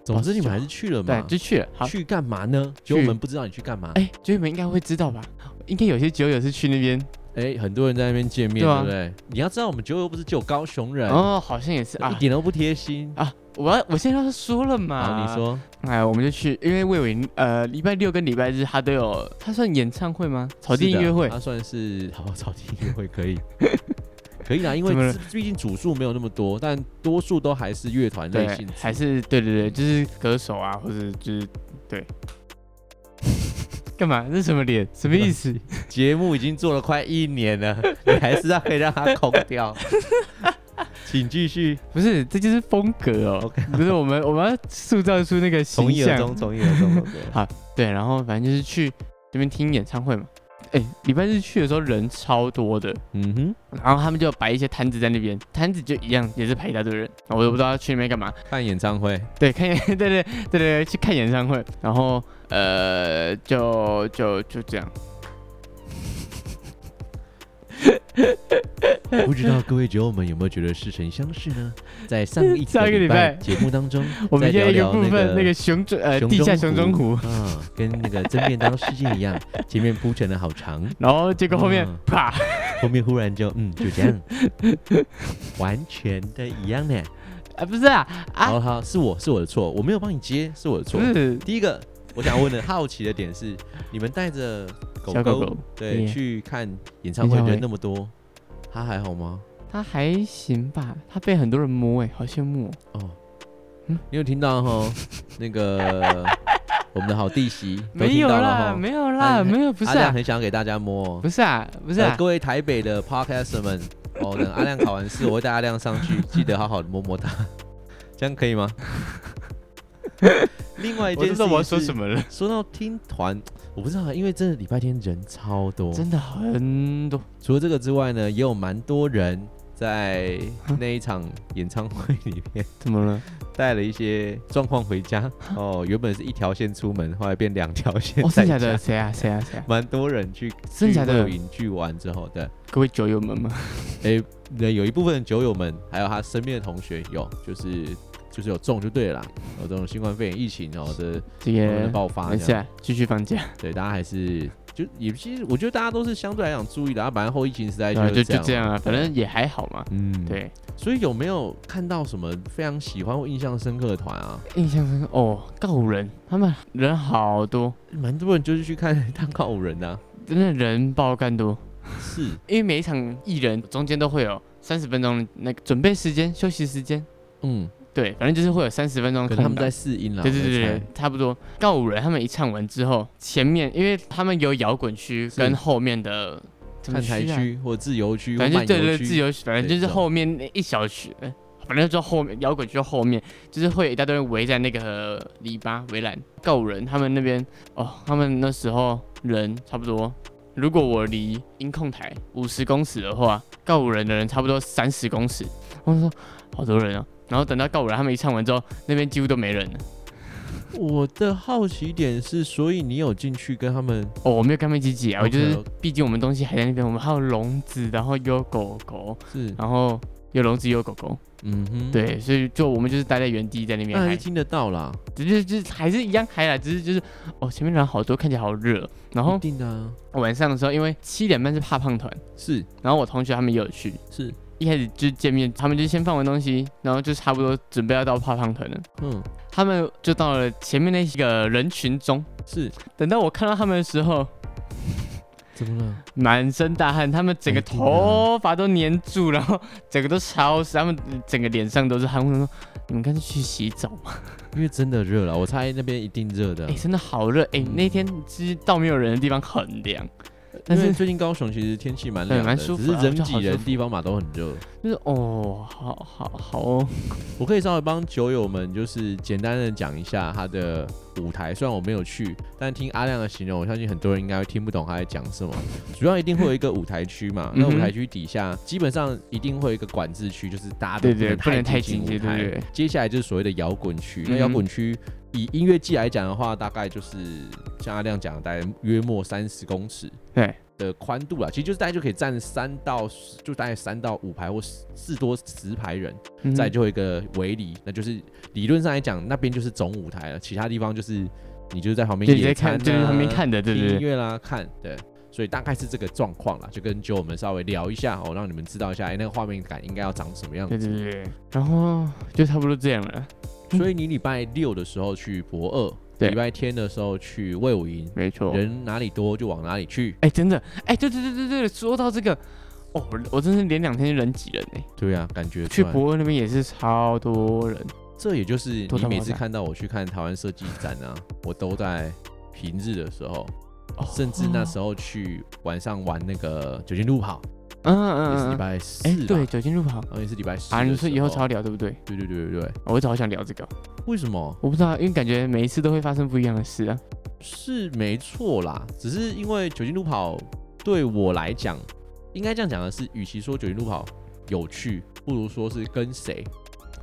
[SPEAKER 1] 总之你们还是去了
[SPEAKER 2] 对
[SPEAKER 1] 嘛？
[SPEAKER 2] 就去了。好，
[SPEAKER 1] 嗯去干嘛呢？
[SPEAKER 2] 去
[SPEAKER 1] 就我们不知道你去干嘛。
[SPEAKER 2] 哎、酒友们应该会知道吧？应该有些酒友是去那边
[SPEAKER 1] 哎，很多人在那边见面，
[SPEAKER 2] 对啊
[SPEAKER 1] 对不对？你要知道，我们九又不是九高雄人，
[SPEAKER 2] 哦，好像也是
[SPEAKER 1] 一
[SPEAKER 2] 啊
[SPEAKER 1] 点都不贴心。
[SPEAKER 2] 啊！我要我现在要说了嘛，
[SPEAKER 1] 好，你，说
[SPEAKER 2] 哎，我们就去，因为魏伟呃，礼拜六跟礼拜日他都有，他算演唱会吗？草地
[SPEAKER 1] 是的
[SPEAKER 2] 音乐会，
[SPEAKER 1] 它算是好草地音乐会可以。 可以啦，因
[SPEAKER 2] 怎么
[SPEAKER 1] 为
[SPEAKER 2] 了
[SPEAKER 1] 自毕竟组数没有那么多，但多数都还是乐团类
[SPEAKER 2] 对
[SPEAKER 1] 性质，
[SPEAKER 2] 还是对对对，就是歌手啊，或者就是对。干嘛？这是什么脸？什么意 思？
[SPEAKER 1] 节目已经做了快一年 了，你还是要可以让它空掉。请继续，
[SPEAKER 2] 不是，这就是风格哦。
[SPEAKER 1] OK，
[SPEAKER 2] 不是我们，我们要塑造出那个
[SPEAKER 1] 从
[SPEAKER 2] 形
[SPEAKER 1] 一而
[SPEAKER 2] 象。
[SPEAKER 1] 终，从一而终。对
[SPEAKER 2] 对，然后反正就是去那边听演唱会嘛。哎，礼拜日去的时候人超多的，
[SPEAKER 1] 嗯哼，
[SPEAKER 2] 然后他们就摆一些摊子在那边，摊子就一样也是排一大堆人，然后我都不知道要去那边干嘛。
[SPEAKER 1] 看演唱会，
[SPEAKER 2] 对，看 演，对对对对对，去看演唱会，然后呃，就就就这样。
[SPEAKER 1] 不知道各位酒友们有没有觉得似曾相识呢？在上一
[SPEAKER 2] 上一个
[SPEAKER 1] 个
[SPEAKER 2] 礼
[SPEAKER 1] 礼
[SPEAKER 2] 拜，
[SPEAKER 1] 拜节目当中
[SPEAKER 2] 我们现
[SPEAKER 1] 在
[SPEAKER 2] 在一个
[SPEAKER 1] 聊
[SPEAKER 2] 部
[SPEAKER 1] 聊
[SPEAKER 2] 分，那
[SPEAKER 1] 那
[SPEAKER 2] 个熊中呃
[SPEAKER 1] 熊
[SPEAKER 2] 地下
[SPEAKER 1] 中
[SPEAKER 2] 熊中 湖，
[SPEAKER 1] 嗯，跟那个蒸便当事件一 样，前面铺陈了好长，
[SPEAKER 2] 然后结果后面、
[SPEAKER 1] 嗯
[SPEAKER 2] 啪，
[SPEAKER 1] 后面忽然就嗯就这 样，完全的一样呢。
[SPEAKER 2] 啊不是啊啊嗯
[SPEAKER 1] 好好，是我是我的错，我没有帮你接，是我的错
[SPEAKER 2] 不。是
[SPEAKER 1] 第一个我想问的好奇的点是，你们带着狗
[SPEAKER 2] 小狗
[SPEAKER 1] 狗
[SPEAKER 2] 狗，
[SPEAKER 1] 对
[SPEAKER 2] 对
[SPEAKER 1] 去看演唱会
[SPEAKER 2] 演唱会
[SPEAKER 1] 人那么多，它还好吗？
[SPEAKER 2] 它还行吧，它被很多人摸哎、好羡慕、哦。
[SPEAKER 1] 哦，
[SPEAKER 2] 嗯
[SPEAKER 1] 你有听到 哈？那个我们的好弟媳都
[SPEAKER 2] 没
[SPEAKER 1] 听
[SPEAKER 2] 有
[SPEAKER 1] 到了
[SPEAKER 2] 啦，
[SPEAKER 1] 哈，
[SPEAKER 2] 没有啦，
[SPEAKER 1] 啊你
[SPEAKER 2] 没有，不是
[SPEAKER 1] 阿亮
[SPEAKER 2] 啊，
[SPEAKER 1] 很想给大家摸哦，
[SPEAKER 2] 不是啊，不是
[SPEAKER 1] 呃
[SPEAKER 2] 啊，
[SPEAKER 1] 各位台北的 podcaster 们，哦，等阿亮考完 试，我会带阿亮上去，记得好好的摸摸他，这样可以 吗？另外一
[SPEAKER 2] 我
[SPEAKER 1] 件
[SPEAKER 2] 知
[SPEAKER 1] 事
[SPEAKER 2] 道
[SPEAKER 1] 情
[SPEAKER 2] 我要说什
[SPEAKER 1] 么？
[SPEAKER 2] 么了，
[SPEAKER 1] 说到听团，我不知道，因为真的礼拜天人超多，
[SPEAKER 2] 真的很多。
[SPEAKER 1] 除了这个之外呢，也有蛮多人 在那一场演唱会里面
[SPEAKER 2] 怎么了？
[SPEAKER 1] 带了一些状况回 家。哦，原本是一条线出门，后来变两条线
[SPEAKER 2] 哦，
[SPEAKER 1] 在
[SPEAKER 2] 剩
[SPEAKER 1] 家。
[SPEAKER 2] 下的谁啊？谁啊？谁啊？
[SPEAKER 1] 蛮多人去
[SPEAKER 2] 剩下
[SPEAKER 1] 去
[SPEAKER 2] 的
[SPEAKER 1] 露营去玩之后的，
[SPEAKER 2] 各位酒友们吗？
[SPEAKER 1] 诶，那有一部分酒友们，还有他身边的同学有，就是就是有中就对了啦，有这种新冠肺炎疫情然后的
[SPEAKER 2] 这
[SPEAKER 1] 慢慢地
[SPEAKER 2] 个
[SPEAKER 1] 爆发
[SPEAKER 2] 没
[SPEAKER 1] 这
[SPEAKER 2] 事
[SPEAKER 1] 样，
[SPEAKER 2] 啊，继续放假，
[SPEAKER 1] 对，大家还是就也其实我觉得大家都是相对来讲注意的，啊，反正后疫情时代
[SPEAKER 2] 然后就
[SPEAKER 1] 就
[SPEAKER 2] 就这样
[SPEAKER 1] 嘛
[SPEAKER 2] 啊，反正也还好嘛。
[SPEAKER 1] 嗯，
[SPEAKER 2] 对，
[SPEAKER 1] 所以有没有看到什么非常喜欢或印象深刻的团啊？
[SPEAKER 2] 印象深刻哦，告五人他们人好多，
[SPEAKER 1] 蛮多人就是去看 当告五人的、啊，
[SPEAKER 2] 真的人爆干多，
[SPEAKER 1] 是
[SPEAKER 2] 因为每一场艺人中间都会有三十分钟的那个准备时间、休息时间，
[SPEAKER 1] 嗯，
[SPEAKER 2] 对，反正就是会有三十分钟
[SPEAKER 1] 可能他
[SPEAKER 2] 空档
[SPEAKER 1] 们。在试音啦，
[SPEAKER 2] 对对
[SPEAKER 1] 我在
[SPEAKER 2] 对
[SPEAKER 1] 猜
[SPEAKER 2] 对，差不多。告五人他们一唱完之后，前面因为他们有摇滚区
[SPEAKER 1] 是
[SPEAKER 2] 跟后面的怎么
[SPEAKER 1] 看台
[SPEAKER 2] 啊，
[SPEAKER 1] 区或自由区或
[SPEAKER 2] 反
[SPEAKER 1] 漫
[SPEAKER 2] 正
[SPEAKER 1] 游
[SPEAKER 2] 就对对
[SPEAKER 1] 区，
[SPEAKER 2] 自由区，反正
[SPEAKER 1] 对
[SPEAKER 2] 就是后面那一小区，呃反正就后面摇滚区后面就是会有一大堆人围在那个篱笆围栏。告五人他们那边哦，他们那时候人差不多，如果我离音控台五十公尺的话，告五人的人差不多三十公尺。我就说好多人啊。然后等到告五人他们一唱完之后，那边几乎都没人了。
[SPEAKER 1] 我的好奇点是，所以你有进去跟他们
[SPEAKER 2] 哦，我没有跟他们一起挤啊，我就是
[SPEAKER 1] OK，OK
[SPEAKER 2] 毕竟我们东西还在那边，我们还有笼子，然后有狗狗，
[SPEAKER 1] 是
[SPEAKER 2] 然后有笼子有狗狗，
[SPEAKER 1] 嗯哼，，
[SPEAKER 2] 啊对，所以就我们就是待在原地在那边
[SPEAKER 1] 那还
[SPEAKER 2] 嗨
[SPEAKER 1] 是，听得到啦，
[SPEAKER 2] 只是就是还是一样嗨啦，只是就是哦前面人好多，看起来好热。然
[SPEAKER 1] 一
[SPEAKER 2] 后
[SPEAKER 1] 定的啊，
[SPEAKER 2] 晚上的时候，因为七点半是怕胖团，
[SPEAKER 1] 是
[SPEAKER 2] 然后我同学他们也有去，
[SPEAKER 1] 是，
[SPEAKER 2] 一开始就见面，他们就先放完东西，然后就差不多准备要到怕胖团了，
[SPEAKER 1] 嗯，
[SPEAKER 2] 他们就到了前面那个人群中，
[SPEAKER 1] 是
[SPEAKER 2] 等到我看到他们的时候，
[SPEAKER 1] 怎么了？
[SPEAKER 2] 满身大汗，他们整个
[SPEAKER 1] 一定的
[SPEAKER 2] 头发都粘住，然后整个都潮湿，他们整个脸上都是汗。我想说，你们干脆去洗澡嘛！
[SPEAKER 1] 因为真的热了，我猜那边一定热的啊
[SPEAKER 2] 哎、。真的好热！哎、
[SPEAKER 1] 嗯
[SPEAKER 2] 那天其实到没有人的地方很凉，但
[SPEAKER 1] 但
[SPEAKER 2] 是
[SPEAKER 1] 是最近高雄其实天气蛮凉
[SPEAKER 2] 对
[SPEAKER 1] 的，
[SPEAKER 2] 蛮舒服
[SPEAKER 1] 只
[SPEAKER 2] 啊
[SPEAKER 1] 是人
[SPEAKER 2] 就好
[SPEAKER 1] 挤人
[SPEAKER 2] 舒服
[SPEAKER 1] 地方嘛都很热。
[SPEAKER 2] 就是哦，好好好哦，
[SPEAKER 1] 我可以稍微帮酒友们就是简单的讲一下他的舞台，虽然我没有去，但听阿亮的形容，我相信很多人应该会听不懂他在讲什么。主要一定会有一个舞台区嘛，
[SPEAKER 2] 嗯
[SPEAKER 1] 那
[SPEAKER 2] 哼
[SPEAKER 1] 舞台区底下基本上一定会有一个管制区，就是大家都
[SPEAKER 2] 对对，不能太
[SPEAKER 1] 近
[SPEAKER 2] 紧
[SPEAKER 1] 舞
[SPEAKER 2] 接，对
[SPEAKER 1] 台。
[SPEAKER 2] 对对，
[SPEAKER 1] 接下来就是所谓的摇滚区，那
[SPEAKER 2] 嗯哼
[SPEAKER 1] 摇滚区以音乐季来讲的话，大概就是像阿亮讲的，大概约莫三十公尺。
[SPEAKER 2] 对
[SPEAKER 1] 的宽度啦，其实就是大概就可以站三到十，就大概三到五排或十至多十排人，
[SPEAKER 2] 嗯
[SPEAKER 1] 再就会有一个围篱，那就是理论上来讲，那边就是总舞台了，其他地方就是你就是在旁边
[SPEAKER 2] 对你
[SPEAKER 1] 野
[SPEAKER 2] 在
[SPEAKER 1] 餐、啊，
[SPEAKER 2] 看，就是旁边看的，对
[SPEAKER 1] 听
[SPEAKER 2] 对
[SPEAKER 1] 音
[SPEAKER 2] 对，
[SPEAKER 1] 乐啦，看对。所以大概是这个状况啦，就跟就我们稍微聊一下哦，让你们知道一下，哎、那个画面感应该要长什么样
[SPEAKER 2] 对
[SPEAKER 1] 子。
[SPEAKER 2] 对对对，然后就差不多这样了，对
[SPEAKER 1] 所以你礼拜六的时候去博二，
[SPEAKER 2] 对哦
[SPEAKER 1] 礼拜天的时候去魏武营，
[SPEAKER 2] 没错。
[SPEAKER 1] 人哪里多就往哪里去。
[SPEAKER 2] 哎、真的，哎、对对对对对，说到这个，哦，我我真是连两天就人挤人哎、
[SPEAKER 1] 对啊，感觉
[SPEAKER 2] 去
[SPEAKER 1] 出来
[SPEAKER 2] 博恩那边也是超多人，
[SPEAKER 1] 这也就是
[SPEAKER 2] 多
[SPEAKER 1] 你
[SPEAKER 2] 大
[SPEAKER 1] 每
[SPEAKER 2] 冒
[SPEAKER 1] 次
[SPEAKER 2] 险
[SPEAKER 1] 看到我去看台湾设计展啊，我都在平日的时候，
[SPEAKER 2] 哦
[SPEAKER 1] 甚至那时候去晚上玩那个酒精路跑，
[SPEAKER 2] 嗯嗯
[SPEAKER 1] 也是礼
[SPEAKER 2] 嗯嗯，
[SPEAKER 1] 拜四
[SPEAKER 2] 哎、
[SPEAKER 1] 吧，
[SPEAKER 2] 对，酒精路跑
[SPEAKER 1] 好像也是礼拜四的
[SPEAKER 2] 啊，你
[SPEAKER 1] 时
[SPEAKER 2] 说以后
[SPEAKER 1] 候
[SPEAKER 2] 才要聊对不对？
[SPEAKER 1] 对对对对对，
[SPEAKER 2] 哦我一直好想聊这个，
[SPEAKER 1] 为什么？
[SPEAKER 2] 我不知道，因为感觉每一次都会发生不一样的事啊。
[SPEAKER 1] 是没错啦，只是因为酒精路跑对我来讲，应该这样讲的是，与其说酒精路跑有趣，不如说是跟谁，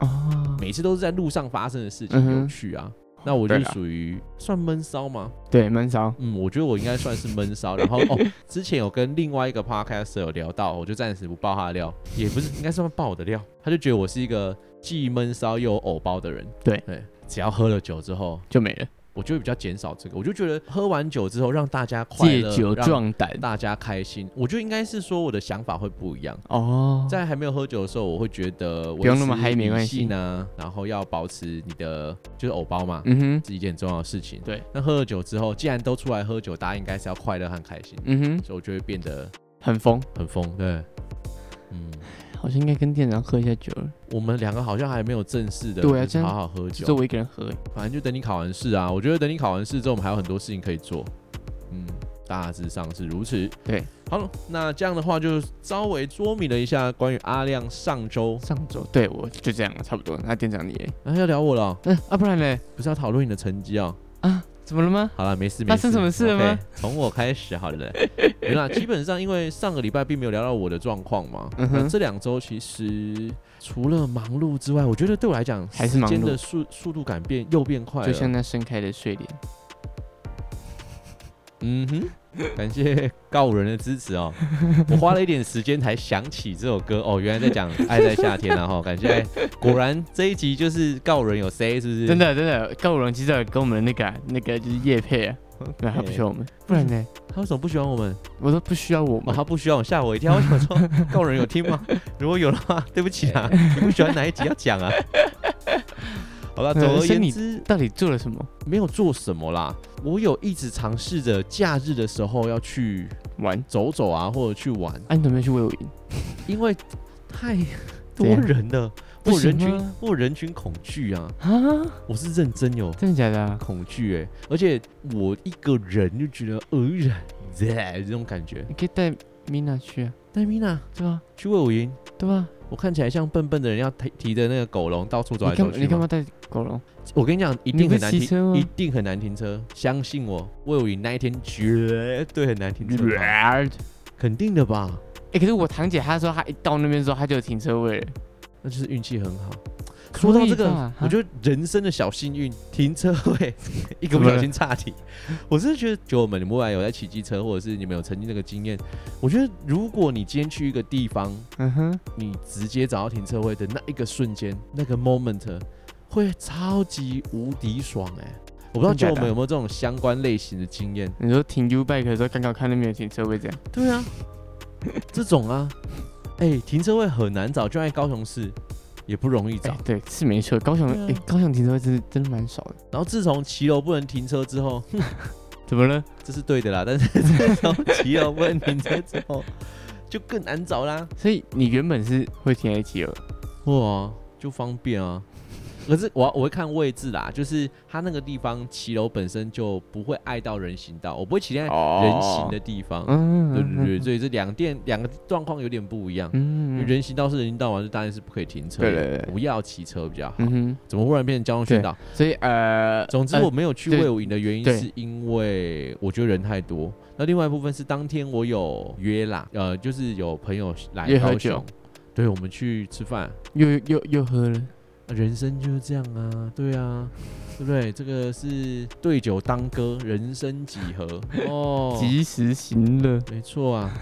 [SPEAKER 2] 哦，
[SPEAKER 1] 每次都是在路上发生的事
[SPEAKER 2] 嗯
[SPEAKER 1] 情
[SPEAKER 2] 哼
[SPEAKER 1] 有趣啊。那我就
[SPEAKER 2] 对
[SPEAKER 1] 是
[SPEAKER 2] 啦
[SPEAKER 1] 属于算闷骚吗？
[SPEAKER 2] 对，闷骚，
[SPEAKER 1] 嗯，我觉得我应该算是闷骚。 然后哦，之前有跟另外一个 podcaster 有聊到，我就暂时不爆他的料，也不是应该算爆我的料。他就觉得我是一个既闷骚又有偶包的人。
[SPEAKER 2] 对
[SPEAKER 1] 对，只要喝了酒之后，
[SPEAKER 2] 就没了，
[SPEAKER 1] 我就会比较减少这个。我就觉得喝完酒之后让大家快
[SPEAKER 2] 借
[SPEAKER 1] 乐，
[SPEAKER 2] 酒
[SPEAKER 1] 让
[SPEAKER 2] 壮胆。
[SPEAKER 1] 大家开心，我觉得应该是说我的想法会不一样。
[SPEAKER 2] 哦，
[SPEAKER 1] 在还没有喝酒的时候，我会觉得
[SPEAKER 2] 不用那么嗨没关系
[SPEAKER 1] 呢，啊然后要保持你的就是偶包嘛，
[SPEAKER 2] 嗯哼，
[SPEAKER 1] 是一件很重要的事情。
[SPEAKER 2] 对，
[SPEAKER 1] 那喝了酒之后，既然都出来喝酒，大家应该是要快乐和开心，
[SPEAKER 2] 嗯哼，
[SPEAKER 1] 所以我就会变得
[SPEAKER 2] 很疯，
[SPEAKER 1] 很疯。对，嗯，
[SPEAKER 2] 好像应该跟店长喝一下酒了，
[SPEAKER 1] 我们两个好像还没有正式的，
[SPEAKER 2] 对啊
[SPEAKER 1] 就是
[SPEAKER 2] 这样
[SPEAKER 1] 好好喝
[SPEAKER 2] 只有
[SPEAKER 1] 酒。
[SPEAKER 2] 我一个人喝。
[SPEAKER 1] 反正就等你考完试啊，我觉得等你考完试之后，我们还有很多事情可以做。嗯，大致上是如此。
[SPEAKER 2] 对，
[SPEAKER 1] 好了，那这样的话就稍微说明了一下关于阿亮上周，
[SPEAKER 2] 上周对我就这样了，差不多。那店长你嘞，
[SPEAKER 1] 啊要聊我了哦，
[SPEAKER 2] 嗯啊，不然嘞
[SPEAKER 1] 不是要讨论你的成绩哦。
[SPEAKER 2] 啊，怎么了吗？
[SPEAKER 1] 好了，没事没事。
[SPEAKER 2] 发生什么事了吗
[SPEAKER 1] OK，从我开始好了。 没啦，基本上因为上个礼拜并没有聊到我的状况嘛，
[SPEAKER 2] 嗯哼
[SPEAKER 1] 那这两周其实除了忙碌之外，我觉得对我来讲，
[SPEAKER 2] 还是忙
[SPEAKER 1] 时间
[SPEAKER 2] 碌
[SPEAKER 1] 的速速度感变又变快
[SPEAKER 2] 就
[SPEAKER 1] 了。
[SPEAKER 2] 像那盛开的睡莲。
[SPEAKER 1] 嗯哼，感谢告五人的支 持哦。我花了一点时间才想起这首歌哦，原来在 讲《爱在夏天》然后感谢爱，果然这一集就是告五人有 C 是不是？
[SPEAKER 2] 真的真的，高龙其实有跟我们那个啊、那个就是叶配啊，对，他不需要我们，不然呢，
[SPEAKER 1] 他为什么不喜欢我们？
[SPEAKER 2] 我都不需要我
[SPEAKER 1] 哦，
[SPEAKER 2] 们。
[SPEAKER 1] 他不需要我吓我一跳，我想说 告人有听吗？如果有的话，对不起啊，你不喜欢哪一集要讲 啊？好了，
[SPEAKER 2] 嗯
[SPEAKER 1] 总而
[SPEAKER 2] 是
[SPEAKER 1] 言
[SPEAKER 2] 你
[SPEAKER 1] 之，
[SPEAKER 2] 到底做了什么？
[SPEAKER 1] 没有做什么啦。我有一直尝试着假日的时候要去
[SPEAKER 2] 玩？
[SPEAKER 1] 走走啊，或者去玩，
[SPEAKER 2] 啊，你怎么没有去魏武营？
[SPEAKER 1] 因为太多
[SPEAKER 2] 怎样
[SPEAKER 1] 人了，
[SPEAKER 2] 不
[SPEAKER 1] 我有人
[SPEAKER 2] 行啊
[SPEAKER 1] 群
[SPEAKER 2] 吗
[SPEAKER 1] 我有人群恐惧啊，
[SPEAKER 2] 啊，
[SPEAKER 1] 我是认真有
[SPEAKER 2] 真的假的啊？
[SPEAKER 1] 恐惧哎、而且我一个人就觉得呃，这种感觉。
[SPEAKER 2] 你可以带 Mina 去啊，
[SPEAKER 1] 戴米娜
[SPEAKER 2] 对吧？
[SPEAKER 1] 去魏武营。
[SPEAKER 2] 对吧？
[SPEAKER 1] 我看起来像笨笨的人，要提提着那个狗笼到处走来
[SPEAKER 2] 你
[SPEAKER 1] 走
[SPEAKER 2] 干嘛
[SPEAKER 1] 去
[SPEAKER 2] 你干
[SPEAKER 1] 吗
[SPEAKER 2] 嘛带狗龙？
[SPEAKER 1] 我跟你讲，一
[SPEAKER 2] 你
[SPEAKER 1] 定
[SPEAKER 2] 不
[SPEAKER 1] 很
[SPEAKER 2] 是
[SPEAKER 1] 难
[SPEAKER 2] 骑
[SPEAKER 1] 停，
[SPEAKER 2] 车
[SPEAKER 1] 一
[SPEAKER 2] 吗？
[SPEAKER 1] 定很难停车。相信我，魏武营那一天绝对很难停车， 肯定的吧？
[SPEAKER 2] 哎，可是我堂姐她说她一到那边之后她就有停车位了，
[SPEAKER 1] 那就是运气很好。
[SPEAKER 2] 可
[SPEAKER 1] 说到这
[SPEAKER 2] 以
[SPEAKER 1] 个
[SPEAKER 2] 吧，
[SPEAKER 1] 我觉得人生的小幸运，停车 位一个不小心岔题。我真的觉得，就我们你们未来有在骑机车，或者是你们有曾经那个经验，我觉得如果你今天去一个地方，
[SPEAKER 2] 嗯哼，
[SPEAKER 1] 你直接找到停车位的那一个瞬间，那个 moment 会超级无敌爽哎、我不知道
[SPEAKER 2] 真假
[SPEAKER 1] 就我
[SPEAKER 2] 的
[SPEAKER 1] 们有没有这种相关类型的经验？
[SPEAKER 2] 你说停 U bike 的时候刚好看那边有停车位这样，
[SPEAKER 1] 对 欸啊，这种啊，哎、停车位很难找，就在高雄市，也不容易
[SPEAKER 2] 哎、
[SPEAKER 1] 找。
[SPEAKER 2] 对，是没错。高雄，
[SPEAKER 1] 对啊
[SPEAKER 2] 哎、高雄停车位真的真的蛮少的。
[SPEAKER 1] 然后自从骑楼不能停车之后，
[SPEAKER 2] 怎么了？
[SPEAKER 1] 这是对的啦，但是自从骑楼不能停车之后， 就更难找啦。
[SPEAKER 2] 所以你原本是会停 A 七二，
[SPEAKER 1] 哇，就方便 啊。可是我我会看位置啦，就是它那个地方骑楼本身就不会碍到人行道，我不会骑在
[SPEAKER 2] 哦
[SPEAKER 1] 哎人行的地方。
[SPEAKER 2] 嗯，
[SPEAKER 1] 对对对，所以这两店两个状况有点不一样。因
[SPEAKER 2] 嗯，
[SPEAKER 1] 为
[SPEAKER 2] 嗯，
[SPEAKER 1] 人行道是人行道嘛，就当然是不可以停车，
[SPEAKER 2] 对对对
[SPEAKER 1] 不要骑车比较好。
[SPEAKER 2] 嗯哼，
[SPEAKER 1] 怎么忽然变成交通宣导？
[SPEAKER 2] 所以呃，
[SPEAKER 1] 总之
[SPEAKER 2] 呃
[SPEAKER 1] 我没有去
[SPEAKER 2] 对
[SPEAKER 1] 魏武营的原因
[SPEAKER 2] 哎对
[SPEAKER 1] 是因为我觉得人太多。那另外一部分是当天我有约啦，呃，就是有朋友来
[SPEAKER 2] 约喝
[SPEAKER 1] 高
[SPEAKER 2] 酒
[SPEAKER 1] 雄，对我们去吃饭。
[SPEAKER 2] 又又又喝了，
[SPEAKER 1] 人生就是这样啊，对啊，对不对？这个是对酒当歌，人生几何哦，
[SPEAKER 2] 及时行乐，
[SPEAKER 1] 没错啊。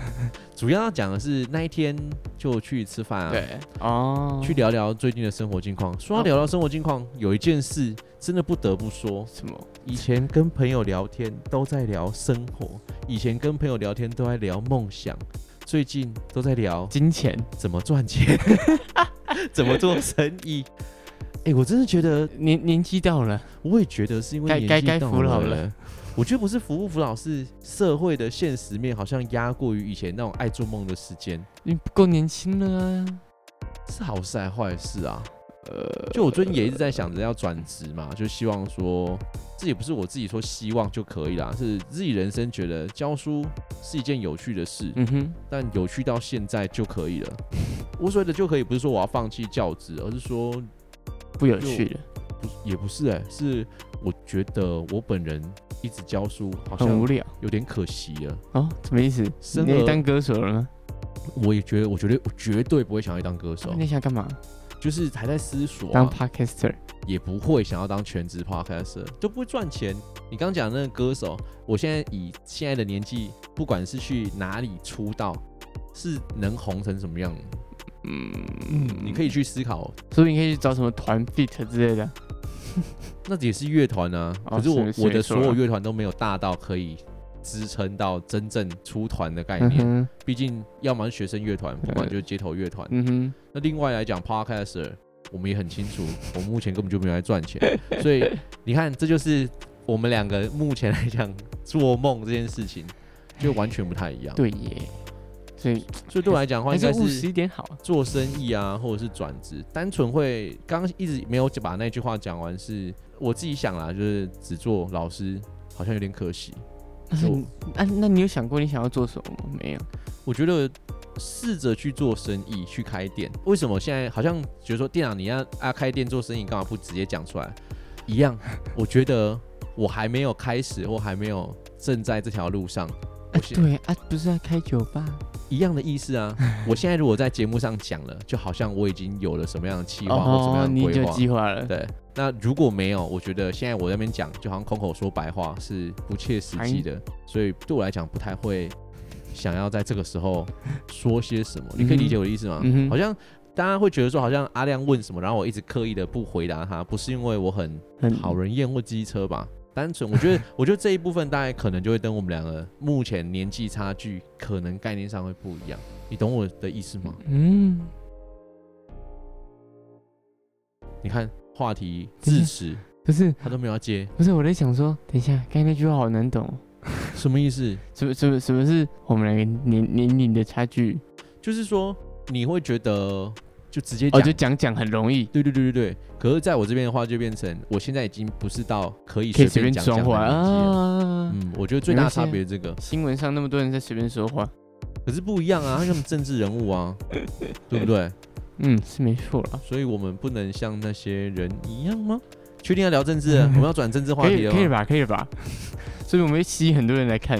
[SPEAKER 1] 主要要讲的是那一天就去吃饭啊，
[SPEAKER 2] 对，哦，
[SPEAKER 1] 去聊聊最近的生活近况。说到聊聊生活近况，有一件事真的不得不说，
[SPEAKER 2] 什么？
[SPEAKER 1] 以前跟朋友聊天都在聊生活，以前跟朋友聊天都在聊梦想，最近都在聊
[SPEAKER 2] 金钱？
[SPEAKER 1] 怎么赚钱， 怎么做生意。哎、我真的觉得，
[SPEAKER 2] 年年纪到了，
[SPEAKER 1] 我也觉得是因为
[SPEAKER 2] 该
[SPEAKER 1] 年
[SPEAKER 2] 该
[SPEAKER 1] 纪
[SPEAKER 2] 该
[SPEAKER 1] 到
[SPEAKER 2] 服老
[SPEAKER 1] 了。我觉得不是服不服老，是社会的现实面好像压过于以前那种爱做梦的时间，
[SPEAKER 2] 你不够年轻了啊。
[SPEAKER 1] 是好事还是坏事啊？
[SPEAKER 2] 呃，
[SPEAKER 1] 就我最近也一直在想着要转职嘛，就希望说，这也不是我自己说希望就可以啦，是自己人生觉得教书是一件有趣的事，
[SPEAKER 2] 嗯哼，
[SPEAKER 1] 但有趣到现在就可以了。我所谓的就可以，不是说我要放弃教职，而是说
[SPEAKER 2] 不有趣了，
[SPEAKER 1] 不是也不是哎、是我觉得我本人一直教书好
[SPEAKER 2] 很
[SPEAKER 1] 像
[SPEAKER 2] 无聊
[SPEAKER 1] 有点可惜啊了。
[SPEAKER 2] 哦，什么意思？
[SPEAKER 1] 生
[SPEAKER 2] 你要
[SPEAKER 1] 而
[SPEAKER 2] 当歌手了吗？
[SPEAKER 1] 我也觉得，我觉得我绝对不会想要当歌手啊
[SPEAKER 2] 那，你想干嘛？
[SPEAKER 1] 就是还在思索、
[SPEAKER 2] 当
[SPEAKER 1] 啊，
[SPEAKER 2] podcaster？
[SPEAKER 1] 也不会想要当全职 podcaster，就不会赚钱。你刚讲的那个歌手，我现在以现在的年纪，不管是去哪里出道，是能红成什么样，
[SPEAKER 2] 嗯
[SPEAKER 1] 你可以，去思考。
[SPEAKER 2] 所以你可以去找什么团 fit 之类的。
[SPEAKER 1] 那也是乐团啊，
[SPEAKER 2] 哦
[SPEAKER 1] 可是我
[SPEAKER 2] 是是
[SPEAKER 1] 我的
[SPEAKER 2] 没
[SPEAKER 1] 所
[SPEAKER 2] 错啊
[SPEAKER 1] 有乐团都没有大到可以支撑到真正出团的概
[SPEAKER 2] 嗯
[SPEAKER 1] 念。
[SPEAKER 2] 哼，
[SPEAKER 1] 毕竟，要么是学生乐团，不管
[SPEAKER 2] 嗯
[SPEAKER 1] 就是街头乐团。
[SPEAKER 2] 嗯哼，
[SPEAKER 1] 那另外来讲，podcaster，我们也很清楚，我们目前根本就没有在赚钱，所 以你看，这就是我们两个目前来讲做梦这件事情就完全不太一样。，
[SPEAKER 2] 对耶。所以
[SPEAKER 1] 所以对我来讲的话，
[SPEAKER 2] 还
[SPEAKER 1] 应
[SPEAKER 2] 是
[SPEAKER 1] 该
[SPEAKER 2] 务实
[SPEAKER 1] 是
[SPEAKER 2] 一点好。
[SPEAKER 1] 做生意啊，或者是转职，单纯会刚刚一直没有把那句话讲完是，我自己想啦，就是只做老师好像有点可 惜。
[SPEAKER 2] 那
[SPEAKER 1] 就
[SPEAKER 2] 你啊，那你有想过你想要做什么吗？没有。
[SPEAKER 1] 我觉得试着去做生意，去开店。为什么现在好像觉得说店长你要啊开店做生意，干嘛不直接讲出来？一 样，我觉得我还没有开始，或还没有正在这条路上。我
[SPEAKER 2] 啊
[SPEAKER 1] 现
[SPEAKER 2] 对啊，不是要开酒吧？
[SPEAKER 1] 一样的意思啊，我现在如果在节目上讲了，就好像我已经有了什么样的计 划或什么
[SPEAKER 2] 哦，
[SPEAKER 1] 样
[SPEAKER 2] 你
[SPEAKER 1] 的规
[SPEAKER 2] 有
[SPEAKER 1] 划。
[SPEAKER 2] 计划了，
[SPEAKER 1] 对，那如果没有，我觉得现在我在那边讲，就好像空口说白话是不切实际的，所以对我来讲不太会想要在这个时候说些什么。你可以理解我的意思吗？
[SPEAKER 2] 嗯哼
[SPEAKER 1] 好像大家会觉得说，好像阿亮问什么，然后我一直刻意的不回答他，不是因为我很
[SPEAKER 2] 很
[SPEAKER 1] 讨人厌或机车吧？单纯，我觉得，我觉得这一部分大概可能就会跟我们两个目前年纪差距，可能概念上会不一样。你懂我的意思吗？
[SPEAKER 2] 嗯，
[SPEAKER 1] 你看话题
[SPEAKER 2] 真
[SPEAKER 1] 至
[SPEAKER 2] 的
[SPEAKER 1] 此
[SPEAKER 2] 不是
[SPEAKER 1] 他都没有要接，
[SPEAKER 2] 不是，我在想说，等一下，刚才那句话好难懂哦，
[SPEAKER 1] 什么意思？
[SPEAKER 2] 什么什么什么是我们两个年年龄的差距？
[SPEAKER 1] 就是说你会觉得就直接讲，
[SPEAKER 2] 哦，就讲讲很容易，
[SPEAKER 1] 对对对对对。可是在我这边的话，就变成我现在已经不是到可以
[SPEAKER 2] 可以随
[SPEAKER 1] 随
[SPEAKER 2] 便
[SPEAKER 1] 讲讲
[SPEAKER 2] 说
[SPEAKER 1] 的
[SPEAKER 2] 话
[SPEAKER 1] 年纪了。
[SPEAKER 2] 啊。
[SPEAKER 1] 嗯，我觉得最大的差别是这个，
[SPEAKER 2] 新闻上那么多人在随便说话，
[SPEAKER 1] 可是不一样啊，他们政治人物 啊，对不对？
[SPEAKER 2] 嗯，是没错啦。
[SPEAKER 1] 所以我们不能像那些人一样吗？确定要聊政治 了，我们要转政治话
[SPEAKER 2] 可
[SPEAKER 1] 题哦了
[SPEAKER 2] 以可以
[SPEAKER 1] 吗？
[SPEAKER 2] 吧，可以吧。所以我们会吸引很多人来看，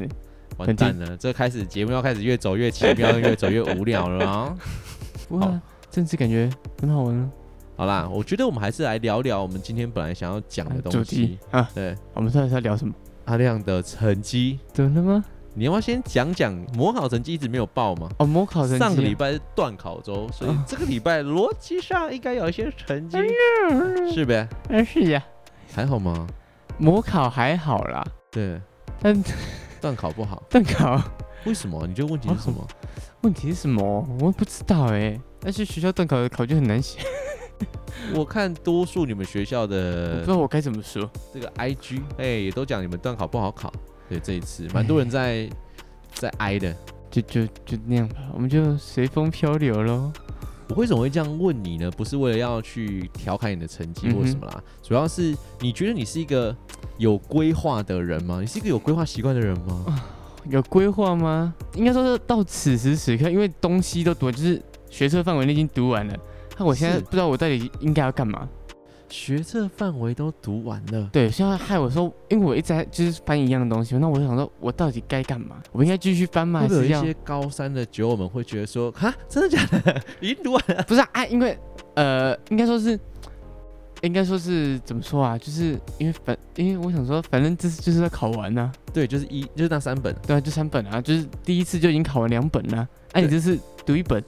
[SPEAKER 1] 完蛋了，这开始节目要开始越走越奇妙，越走越无聊了 啊！
[SPEAKER 2] 哇，政治感觉很好玩啊。
[SPEAKER 1] 好啦，我觉得我们还是来聊聊我们今天本来想要讲的
[SPEAKER 2] 主
[SPEAKER 1] 东
[SPEAKER 2] 题
[SPEAKER 1] 西。
[SPEAKER 2] 啊，
[SPEAKER 1] 对，
[SPEAKER 2] 我们到底是要聊什么？
[SPEAKER 1] 阿亮的成绩
[SPEAKER 2] 怎么了吗？
[SPEAKER 1] 你要不要先讲讲模考成绩一直没有报吗？
[SPEAKER 2] 哦，模考成绩啊
[SPEAKER 1] 上个礼拜是断考周，所以这个礼拜逻辑上应该有一些成
[SPEAKER 2] 哎
[SPEAKER 1] 绩，是呗？
[SPEAKER 2] 拜哎是呀，
[SPEAKER 1] 还好吗？
[SPEAKER 2] 模考还好啦，
[SPEAKER 1] 对，
[SPEAKER 2] 但
[SPEAKER 1] 断考不好，
[SPEAKER 2] 但考
[SPEAKER 1] 为什么？你这个问题是 什么？
[SPEAKER 2] 欸问题是什么？我也不知道哎、但是学校段考的考卷很难写，
[SPEAKER 1] 我看多数你们学校
[SPEAKER 2] 我不
[SPEAKER 1] 的
[SPEAKER 2] 知道我该怎么说。
[SPEAKER 1] 这个 IG，哎、也都讲你们段考不好考。对，这一
[SPEAKER 2] 哎
[SPEAKER 1] 次蛮多人在在哀的。
[SPEAKER 2] 就就就那样吧，我们就随风漂流喽。
[SPEAKER 1] 我为什么会这样问你呢？不是为了要去调侃你的成
[SPEAKER 2] 嗯
[SPEAKER 1] 绩或什么啦，主要是你觉得你是一个有规划的人吗？你是一个有规划习惯的人吗？
[SPEAKER 2] 有规划吗？应该说是到此时此刻，因为东西都读完，就是学测范围内已经读完了。那我现在
[SPEAKER 1] 是
[SPEAKER 2] 不知道我到底应该要干嘛。
[SPEAKER 1] 学测范围都读完了，
[SPEAKER 2] 对，现在害我说，因为我一直在就是翻一样的东西，那我就想说，我到底该干嘛？我应该继续翻吗？
[SPEAKER 1] 会
[SPEAKER 2] 还
[SPEAKER 1] 不会
[SPEAKER 2] 是
[SPEAKER 1] 有
[SPEAKER 2] 要
[SPEAKER 1] 一些高三的酒友们会觉得说，哈，真的假的？ 已经读完了，
[SPEAKER 2] 不是啊，啊因为呃，应该说是，应该说是怎么说啊？就是因为反，因为我想说，反正这次就是要考完呐、
[SPEAKER 1] 对，就是一就是那三本，
[SPEAKER 2] 对啊，就三本啊，就是第一次就已经考完两本了。哎、你
[SPEAKER 1] 对
[SPEAKER 2] 这次读一本，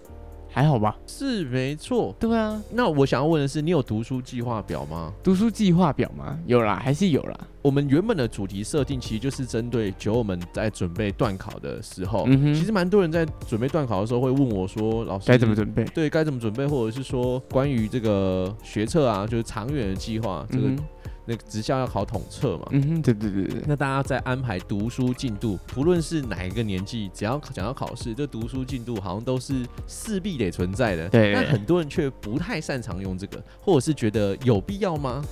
[SPEAKER 2] 还好吧？
[SPEAKER 1] 是没错。
[SPEAKER 2] 对啊，
[SPEAKER 1] 那我想要问的是，你有读书计划表吗？
[SPEAKER 2] 读书计划表嘛，有啦，还是有啦。
[SPEAKER 1] 我们原本的主题设定其实就是针对酒友们在准备段考的时候，
[SPEAKER 2] 嗯哼
[SPEAKER 1] 其实蛮多人在准备段考的时候会问我说，老师
[SPEAKER 2] 该怎么准备？
[SPEAKER 1] 对该怎么准备，或者是说关于这个学测啊，就是长远的计划，这个、
[SPEAKER 2] 嗯哼，
[SPEAKER 1] 那个职校要考统测嘛。
[SPEAKER 2] 嗯哼，对对对对对，
[SPEAKER 1] 那大家在安排读书进度，不论是哪一个年纪，只要讲到考试，这读书进度好像都是势必得存在的。
[SPEAKER 2] 对对
[SPEAKER 1] 但
[SPEAKER 2] 对
[SPEAKER 1] 很多人却不太擅长用这个，或者是觉得有必要吗？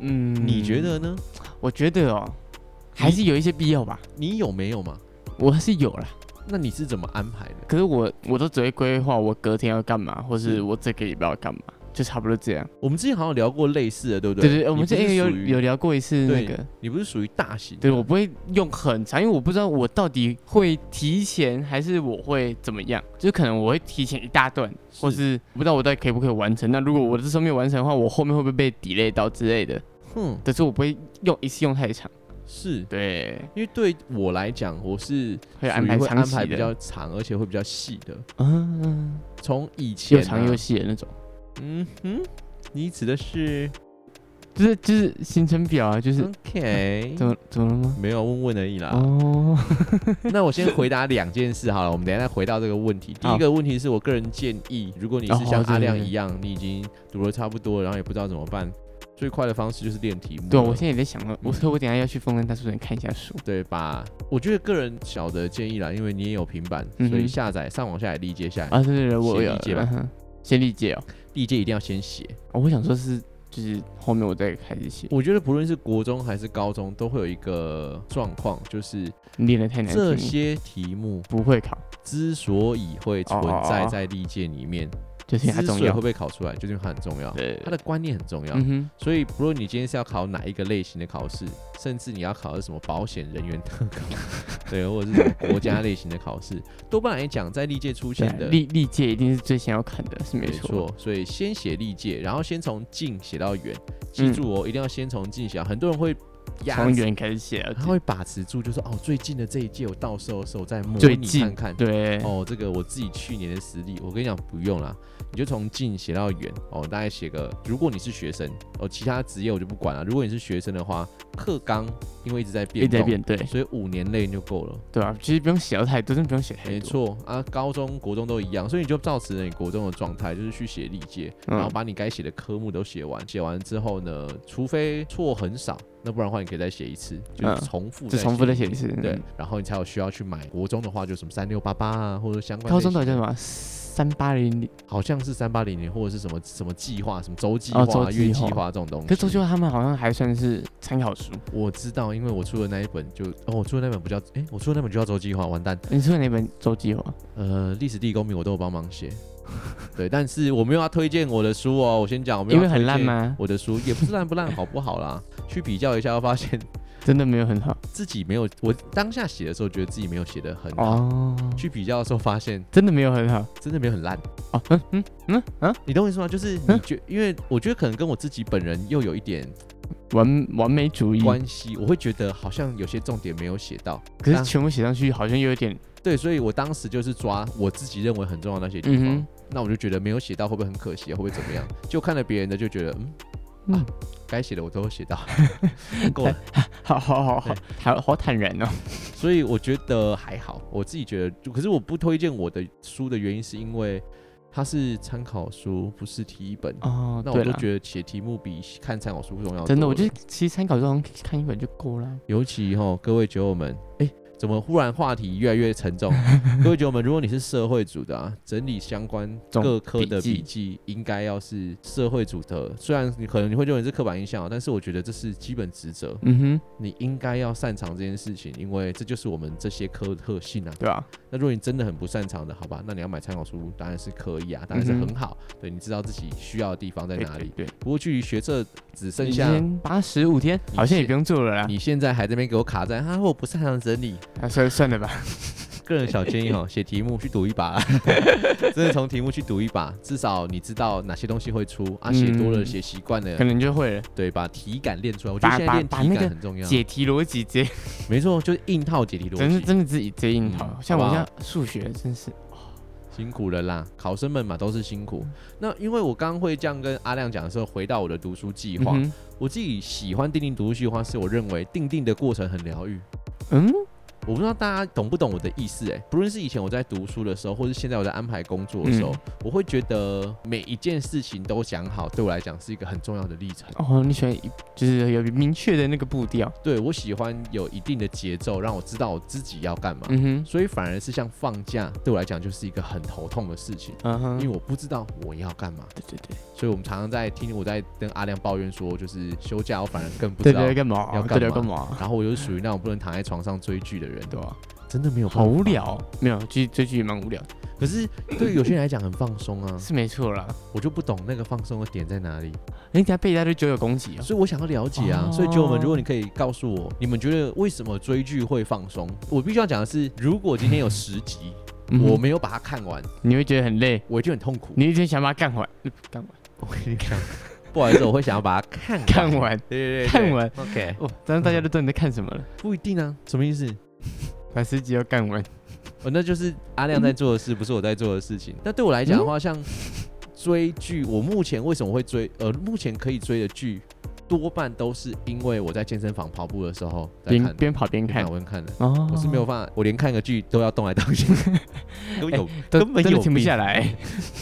[SPEAKER 2] 嗯，
[SPEAKER 1] 你觉？得呢？
[SPEAKER 2] 我觉得哦，还是有一些必要吧。
[SPEAKER 1] 你有没有嘛？
[SPEAKER 2] 我是有啦，
[SPEAKER 1] 那你是怎么安排的？
[SPEAKER 2] 可是我我都只会规划我隔天要干嘛，或是
[SPEAKER 1] 嗯
[SPEAKER 2] 我这个礼拜要干嘛，就差不多这样。
[SPEAKER 1] 我们之前好像聊过类似的，对不
[SPEAKER 2] 对
[SPEAKER 1] 对？
[SPEAKER 2] 对，我们
[SPEAKER 1] 你不
[SPEAKER 2] 之
[SPEAKER 1] 是
[SPEAKER 2] 前有
[SPEAKER 1] 属于
[SPEAKER 2] 有聊过一次那
[SPEAKER 1] 对
[SPEAKER 2] 个，
[SPEAKER 1] 你不是属于大型的，
[SPEAKER 2] 对，我不会用很长，因为我不知道我到底会提前还是我会怎么样，就是可能我会提前一大段，或是我不知道我到底可以不可以完成。那如果我这时候没有完成的话，我后面会不会被 delay 到之类的？
[SPEAKER 1] 哼
[SPEAKER 2] 但是我不会用一次用太长，
[SPEAKER 1] 是。
[SPEAKER 2] 对，
[SPEAKER 1] 因为对我来讲，我是
[SPEAKER 2] 会
[SPEAKER 1] 属
[SPEAKER 2] 安
[SPEAKER 1] 于
[SPEAKER 2] 排
[SPEAKER 1] 会
[SPEAKER 2] 长
[SPEAKER 1] 安
[SPEAKER 2] 期
[SPEAKER 1] 排比
[SPEAKER 2] 的，
[SPEAKER 1] 较长，而且会比较细的。
[SPEAKER 2] 嗯，
[SPEAKER 1] 从以前、
[SPEAKER 2] 又
[SPEAKER 1] 啊、
[SPEAKER 2] 长又细的那种，
[SPEAKER 1] 嗯哼，你指的是
[SPEAKER 2] 就是就是行程表啊，就是
[SPEAKER 1] 嗯 OK？
[SPEAKER 2] 怎么怎么了吗？
[SPEAKER 1] 没有问问而已啦。
[SPEAKER 2] 哦，
[SPEAKER 1] 那我先回答两件事好了，我们等一下再回到这个问题。第
[SPEAKER 2] 好
[SPEAKER 1] 一个问题是我个人建议，如果你是
[SPEAKER 2] 哦
[SPEAKER 1] 像
[SPEAKER 2] 对
[SPEAKER 1] 阿亮
[SPEAKER 2] 对对
[SPEAKER 1] 一样，你已经读的差不多了，然后也不知道怎么办，最快的方式就是练题目了。
[SPEAKER 2] 对啊，我现在也在想了，我说我等一下要去枫丹大书城看一下书，
[SPEAKER 1] 对吧？我觉得个人小的建议啦，因为你也有平板，
[SPEAKER 2] 嗯哼
[SPEAKER 1] 所以下载上网下载历届下来，
[SPEAKER 2] 啊，对对对，我
[SPEAKER 1] 先
[SPEAKER 2] 有
[SPEAKER 1] 理解吧，
[SPEAKER 2] 嗯哼先理解哦。
[SPEAKER 1] 历届一定要先写。
[SPEAKER 2] 哦，我想说是，就是后面我再开始写，
[SPEAKER 1] 我觉得不论是国中还是高中，都会有一个状况，就是
[SPEAKER 2] 练的太难
[SPEAKER 1] 这
[SPEAKER 2] 听，
[SPEAKER 1] 些题目
[SPEAKER 2] 不会考，
[SPEAKER 1] 之所以会存
[SPEAKER 2] 哦哦
[SPEAKER 1] 在
[SPEAKER 2] 哦
[SPEAKER 1] 在历届里面，
[SPEAKER 2] 就是因为它
[SPEAKER 1] 之所
[SPEAKER 2] 重
[SPEAKER 1] 以
[SPEAKER 2] 要
[SPEAKER 1] 会。被考出来，就因为它很重要，
[SPEAKER 2] 对，
[SPEAKER 1] 它的观念很重要。
[SPEAKER 2] 嗯哼，
[SPEAKER 1] 所以，不论你今天是要考哪一个类型的考试，甚至你要考的是什么保险人员特考， 对，或者是什么国家类型的考试，多半来讲，在历届出
[SPEAKER 2] 对
[SPEAKER 1] 现
[SPEAKER 2] 啊
[SPEAKER 1] 的
[SPEAKER 2] 历历届一定是最先要看的，是没错。，
[SPEAKER 1] 所以先写历届，然后先从近写到远，记住哦，一定要先从近写到。很多人会压
[SPEAKER 2] 嗯从
[SPEAKER 1] 制，
[SPEAKER 2] 远开始写啊，
[SPEAKER 1] 他会把持住，就说哦，最近的这一届，我到时候时候再模
[SPEAKER 2] 最
[SPEAKER 1] 拟
[SPEAKER 2] 近
[SPEAKER 1] 看看。
[SPEAKER 2] 对，
[SPEAKER 1] 哦，这个我自己去年的实力，我跟你讲不用啦，你就从近写到远哦，大概写个，如果你是学生哦，其他职业我就不管了。如果你是学生的话，课纲因为一直在
[SPEAKER 2] 一
[SPEAKER 1] 变
[SPEAKER 2] 直在
[SPEAKER 1] 动，
[SPEAKER 2] 变，对
[SPEAKER 1] 所以五年内就够了。
[SPEAKER 2] 对啊，其实不用写到太多，真的不用写太多。
[SPEAKER 1] 没，错啊，高中、国中都一样，所以你就照持了你国中的状态，就是去写历届，
[SPEAKER 2] 嗯
[SPEAKER 1] 然后把你该写的科目都写完。写完之后呢，除非错很少，那不然的话你可以再写一次，就
[SPEAKER 2] 嗯
[SPEAKER 1] 是重复、
[SPEAKER 2] 就重复再写一。次。
[SPEAKER 1] 对
[SPEAKER 2] 嗯，，
[SPEAKER 1] 然后你才有需要去买。国中的话，就什么三六八八啊，或者相关类型的。
[SPEAKER 2] 高中到底叫什么？三八零零，
[SPEAKER 1] 好像是三八零零或者是什么什么计划，什么周计
[SPEAKER 2] 哦
[SPEAKER 1] 划、
[SPEAKER 2] 周计
[SPEAKER 1] 月计
[SPEAKER 2] 划
[SPEAKER 1] 划这种东西。
[SPEAKER 2] 可是周秋他们好像还算是参考书。
[SPEAKER 1] 我知道，因为我出的那一本就哦，我出的那本不叫哎，我出的那本就叫周计划，完蛋。
[SPEAKER 2] 你说的哪本周计划？
[SPEAKER 1] 呃，历史地理公民我都有帮忙 写，对，但是我没有要推荐我的书哦，我先讲，我没有
[SPEAKER 2] 因
[SPEAKER 1] 要
[SPEAKER 2] 为很
[SPEAKER 1] 推
[SPEAKER 2] 烂
[SPEAKER 1] 荐
[SPEAKER 2] 吗？
[SPEAKER 1] 我的书也不是烂不烂，好不好 啦？去比较一下，会发现
[SPEAKER 2] 真的没有很好
[SPEAKER 1] 自己没有，我当下写的时候觉得自己没有写的很好，
[SPEAKER 2] 哦，
[SPEAKER 1] 去比较的时候发现
[SPEAKER 2] 真的没有很好
[SPEAKER 1] 真的没有很烂，
[SPEAKER 2] 哦。嗯嗯嗯嗯，
[SPEAKER 1] 你懂我意思吗？就是你
[SPEAKER 2] 嗯
[SPEAKER 1] 觉，因为我觉得可能跟我自己本人又有一点
[SPEAKER 2] 完完美主义。
[SPEAKER 1] 关系，我会觉得好像有些重点没有写到，
[SPEAKER 2] 可是
[SPEAKER 1] 那
[SPEAKER 2] 全部写上去好像又有点，
[SPEAKER 1] 对，所以我当时就是抓我自己认为很重要的那些地方，
[SPEAKER 2] 嗯
[SPEAKER 1] 那我就觉得没有写到会不会很可惜啊，会不会怎么样？就看了别人的就觉得，嗯，
[SPEAKER 2] 嗯
[SPEAKER 1] 啊，该写的我都有写 到，够了。
[SPEAKER 2] 哼，好好好好，好好坦然哦。
[SPEAKER 1] 所以我觉得还好，我自己觉得，可是我不推荐我的书的原因是因为它是参考书，不是题本。
[SPEAKER 2] 哦，
[SPEAKER 1] 那
[SPEAKER 2] 对
[SPEAKER 1] 我都
[SPEAKER 2] 啦
[SPEAKER 1] 觉得写题目比看参考书重要多了。
[SPEAKER 2] 真的，我觉得其实参考书好像看一本就够了。
[SPEAKER 1] 尤其哈，各位酒友们，哎、怎么忽然话题越来越沉重？各位酒友们，如果你是社会组的啊，整理相关
[SPEAKER 2] 总
[SPEAKER 1] 各科的
[SPEAKER 2] 笔记
[SPEAKER 1] 笔记，应该要是社会组的。虽然你可能你会认为是刻板印象啊，但是我觉得这是基本职责，
[SPEAKER 2] 嗯哼，
[SPEAKER 1] 你应该要擅长这件事情，因为这就是我们这些科的特性啊。
[SPEAKER 2] 对吧？
[SPEAKER 1] 那如果你真的很不擅长的，好吧，那你要买参考书当然是可以啊，当然是
[SPEAKER 2] 嗯哼
[SPEAKER 1] 很好。对，你知道自己需要的地方在
[SPEAKER 2] 对
[SPEAKER 1] 哪里。？
[SPEAKER 2] 对，对
[SPEAKER 1] 不过距离学测只剩
[SPEAKER 2] 已
[SPEAKER 1] 下
[SPEAKER 2] 经八十五天，好像也不用做了啦。
[SPEAKER 1] 你现在还在那边给我卡在啊，我不擅长整理。
[SPEAKER 2] 啊，算算了吧。
[SPEAKER 1] 个人小建议 哦，写题目去赌一把， 真的从题目去赌一把，至少你知道哪些东西会出啊。写多了，
[SPEAKER 2] 嗯
[SPEAKER 1] 写习惯了
[SPEAKER 2] 可，能就会了。
[SPEAKER 1] 对，把体感练出来。我觉得
[SPEAKER 2] 把
[SPEAKER 1] 现在练
[SPEAKER 2] 把
[SPEAKER 1] 体
[SPEAKER 2] 把那
[SPEAKER 1] 感
[SPEAKER 2] 个
[SPEAKER 1] 很重要。
[SPEAKER 2] 解题逻辑直接，
[SPEAKER 1] 没错，就是硬套解题逻
[SPEAKER 2] 真是
[SPEAKER 1] 辑，
[SPEAKER 2] 真的自己接硬套。
[SPEAKER 1] 嗯
[SPEAKER 2] 像我
[SPEAKER 1] 好不
[SPEAKER 2] 现
[SPEAKER 1] 好
[SPEAKER 2] 在数学真是，
[SPEAKER 1] 辛苦了啦，考生们嘛都是辛
[SPEAKER 2] 嗯
[SPEAKER 1] 苦。那因为我刚刚会这样跟阿亮讲的时候，回到我的读书计划，
[SPEAKER 2] 嗯哼
[SPEAKER 1] 我自己喜欢定定读书计划，是我认为定定的过程很疗愈。
[SPEAKER 2] 嗯，
[SPEAKER 1] 我不知道大家懂不懂我的意思哎、不论是以前我在读书的时候，或是现在我在安排工作的时候，
[SPEAKER 2] 嗯
[SPEAKER 1] 我会觉得每一件事情都想好，对我来讲是一个很重要的历程。
[SPEAKER 2] 哦，你喜欢一就是有明确的那个步调。
[SPEAKER 1] 对我喜欢有一定的节奏，让我知道我自己要干嘛。
[SPEAKER 2] 嗯哼，
[SPEAKER 1] 所以反而是像放假，对我来讲就是一个很头痛的事情，
[SPEAKER 2] 嗯
[SPEAKER 1] 因为
[SPEAKER 2] 哼，
[SPEAKER 1] 我不知道我要干嘛。
[SPEAKER 2] 对对对，
[SPEAKER 1] 所以我们常常在听我在跟阿亮抱怨说，就是休假我反而更不知
[SPEAKER 2] 对
[SPEAKER 1] 道。
[SPEAKER 2] 对干嘛？
[SPEAKER 1] 要
[SPEAKER 2] 对对
[SPEAKER 1] 干
[SPEAKER 2] 干嘛？
[SPEAKER 1] 然后我就是属于那种不能躺在床上追剧的人，
[SPEAKER 2] 对吧？
[SPEAKER 1] 真的没有办法
[SPEAKER 2] 好无。聊哦，没有，其实追剧也蛮无聊的，
[SPEAKER 1] 可是对于有些人来讲很放松啊。
[SPEAKER 2] 是没错啦。
[SPEAKER 1] 我就不懂那个放松的点在哪里，
[SPEAKER 2] 哎人家被一大堆酒友攻击哦。
[SPEAKER 1] 所以我想要了解啊。
[SPEAKER 2] 哦
[SPEAKER 1] 所以酒友们，如果你可以告诉我，你们觉得为什么追剧会放松？我必须要讲的是，如果今天有十集，
[SPEAKER 2] 嗯
[SPEAKER 1] 我
[SPEAKER 2] 哼
[SPEAKER 1] 没有把它看完，
[SPEAKER 2] 你会觉得很累，
[SPEAKER 1] 我就很痛苦。
[SPEAKER 2] 你一定想把它干完，呃干完，
[SPEAKER 1] 我跟你讲，不好意思，我会想要把它看完
[SPEAKER 2] 看。完。
[SPEAKER 1] 对对对，
[SPEAKER 2] 看完。
[SPEAKER 1] OK，
[SPEAKER 2] 哦，但是大家都知道你在看什么了，
[SPEAKER 1] 不一定啊，什么意思？
[SPEAKER 2] 把十集要干完。
[SPEAKER 1] 哦，那就是阿
[SPEAKER 2] 嗯
[SPEAKER 1] 亮在做的事，不是我在做的事情。那对我来讲的话，像追剧，我目前为什么会追？呃，目前可以追的剧，多半都是因为我在健身房跑步的时候在看
[SPEAKER 2] 边
[SPEAKER 1] 的，
[SPEAKER 2] 边跑边看
[SPEAKER 1] 我。边看的。
[SPEAKER 2] 哦
[SPEAKER 1] 我是没有，办法，我连看个剧都要动来 动去，哎根本有、
[SPEAKER 2] 都
[SPEAKER 1] 根本
[SPEAKER 2] 真的
[SPEAKER 1] 有
[SPEAKER 2] 停不
[SPEAKER 1] 病
[SPEAKER 2] 下来。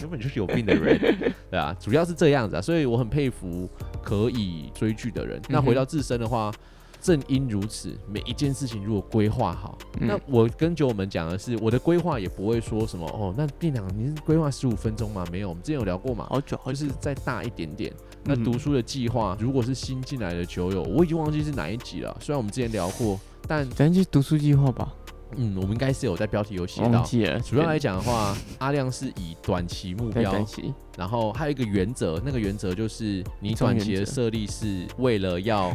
[SPEAKER 1] 根本就是有病的 人，对啊，主要是这样子啊，所以我很佩服可以追剧的人。那
[SPEAKER 2] 嗯哼
[SPEAKER 1] 回到自身的话，正因如此，每一件事情如果规划好，
[SPEAKER 2] 嗯
[SPEAKER 1] 那我跟酒友们讲的是，我的规划也不会说什么哦，那店长您规划十五分钟吗？没有，我们之前有聊过嘛，
[SPEAKER 2] 好久好
[SPEAKER 1] 就
[SPEAKER 2] 久
[SPEAKER 1] 是再大一点点。那
[SPEAKER 2] 嗯
[SPEAKER 1] 读书的计划，如果是新进来的酒友，我已经忘记是哪一集了，虽然我们之前聊过，但
[SPEAKER 2] 咱就读书计划吧，
[SPEAKER 1] 嗯，我们应该是有在标题有写
[SPEAKER 2] 忘
[SPEAKER 1] 到。
[SPEAKER 2] 记了。
[SPEAKER 1] 主要来讲的话，阿亮是以短期目
[SPEAKER 2] 在
[SPEAKER 1] 标
[SPEAKER 2] 分，析，
[SPEAKER 1] 然后还有一个原则，那个原则就是你
[SPEAKER 2] 什么
[SPEAKER 1] 短
[SPEAKER 2] 原
[SPEAKER 1] 期的
[SPEAKER 2] 则
[SPEAKER 1] 设立是为了要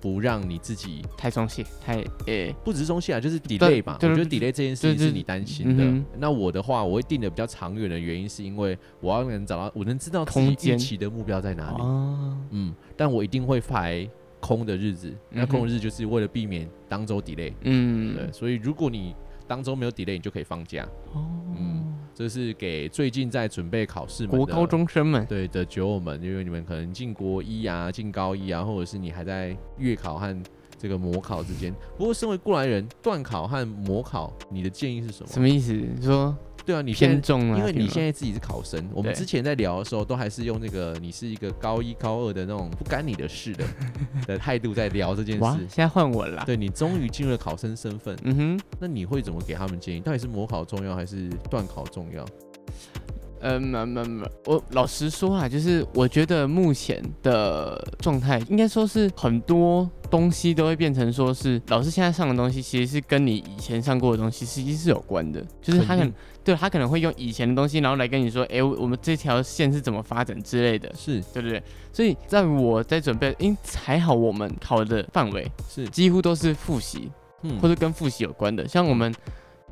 [SPEAKER 1] 不让你自己
[SPEAKER 2] 太松懈，太呃诶，
[SPEAKER 1] 不只是松懈啊，就是 delay 吧。我
[SPEAKER 2] 对
[SPEAKER 1] 觉得
[SPEAKER 2] 对
[SPEAKER 1] delay 这件事情
[SPEAKER 2] 对
[SPEAKER 1] 是你担心的
[SPEAKER 2] 嗯。
[SPEAKER 1] 那我的话，我会定的比较长远的原因，是因为我要能找到，我能知道自
[SPEAKER 2] 空
[SPEAKER 1] 己预
[SPEAKER 2] 间
[SPEAKER 1] 期的目标在哪里。
[SPEAKER 2] 哦，
[SPEAKER 1] 嗯，但我一定会排空的日子。那
[SPEAKER 2] 嗯哼
[SPEAKER 1] 空的日子就是为了避免当周 delay。对，
[SPEAKER 2] 嗯，
[SPEAKER 1] 所以如果你当周没有 delay，你就可以放假。
[SPEAKER 2] 哦
[SPEAKER 1] 嗯，这是给最近在准备考试们的
[SPEAKER 2] 国高中生们，
[SPEAKER 1] 对的酒友们，因为你们可能进国一啊、进高一啊，或者是你还在月考和这个模考之间。不过，身为过来人，段考和模考，你的建议是什么？
[SPEAKER 2] 什么意思？你说
[SPEAKER 1] 对啊，你现
[SPEAKER 2] 偏
[SPEAKER 1] 在。
[SPEAKER 2] 重了，
[SPEAKER 1] 因为你现
[SPEAKER 2] 在
[SPEAKER 1] 在自己是考生，我们
[SPEAKER 2] 对
[SPEAKER 1] 之前在聊的时候都还是用那个你是一个高一高二的那种不干你的事 的的态度在聊这件
[SPEAKER 2] 哇，
[SPEAKER 1] 事
[SPEAKER 2] 现。在换我了啦，
[SPEAKER 1] 对你终于进入了考生身份，
[SPEAKER 2] 嗯哼。
[SPEAKER 1] 那你会怎么给他们建议？到底是模考重要还是段考重要？
[SPEAKER 2] 呃，没没没，我老实说啊，就是我觉得目前的状态，应该说是很多东西都会变成说是老师现在上的东西，其实是跟你以前上过的东西实际是有关的，就是他
[SPEAKER 1] 肯
[SPEAKER 2] 可能
[SPEAKER 1] 定
[SPEAKER 2] 对他可能会用以前的东西，然后来跟你说，哎、我我们这条线是怎么发展之类的，
[SPEAKER 1] 是
[SPEAKER 2] 对不对？所以在我在准备，因还好我们考的范围
[SPEAKER 1] 是，
[SPEAKER 2] 几乎都是复习，
[SPEAKER 1] 嗯
[SPEAKER 2] 或，者跟复习有关的，像我们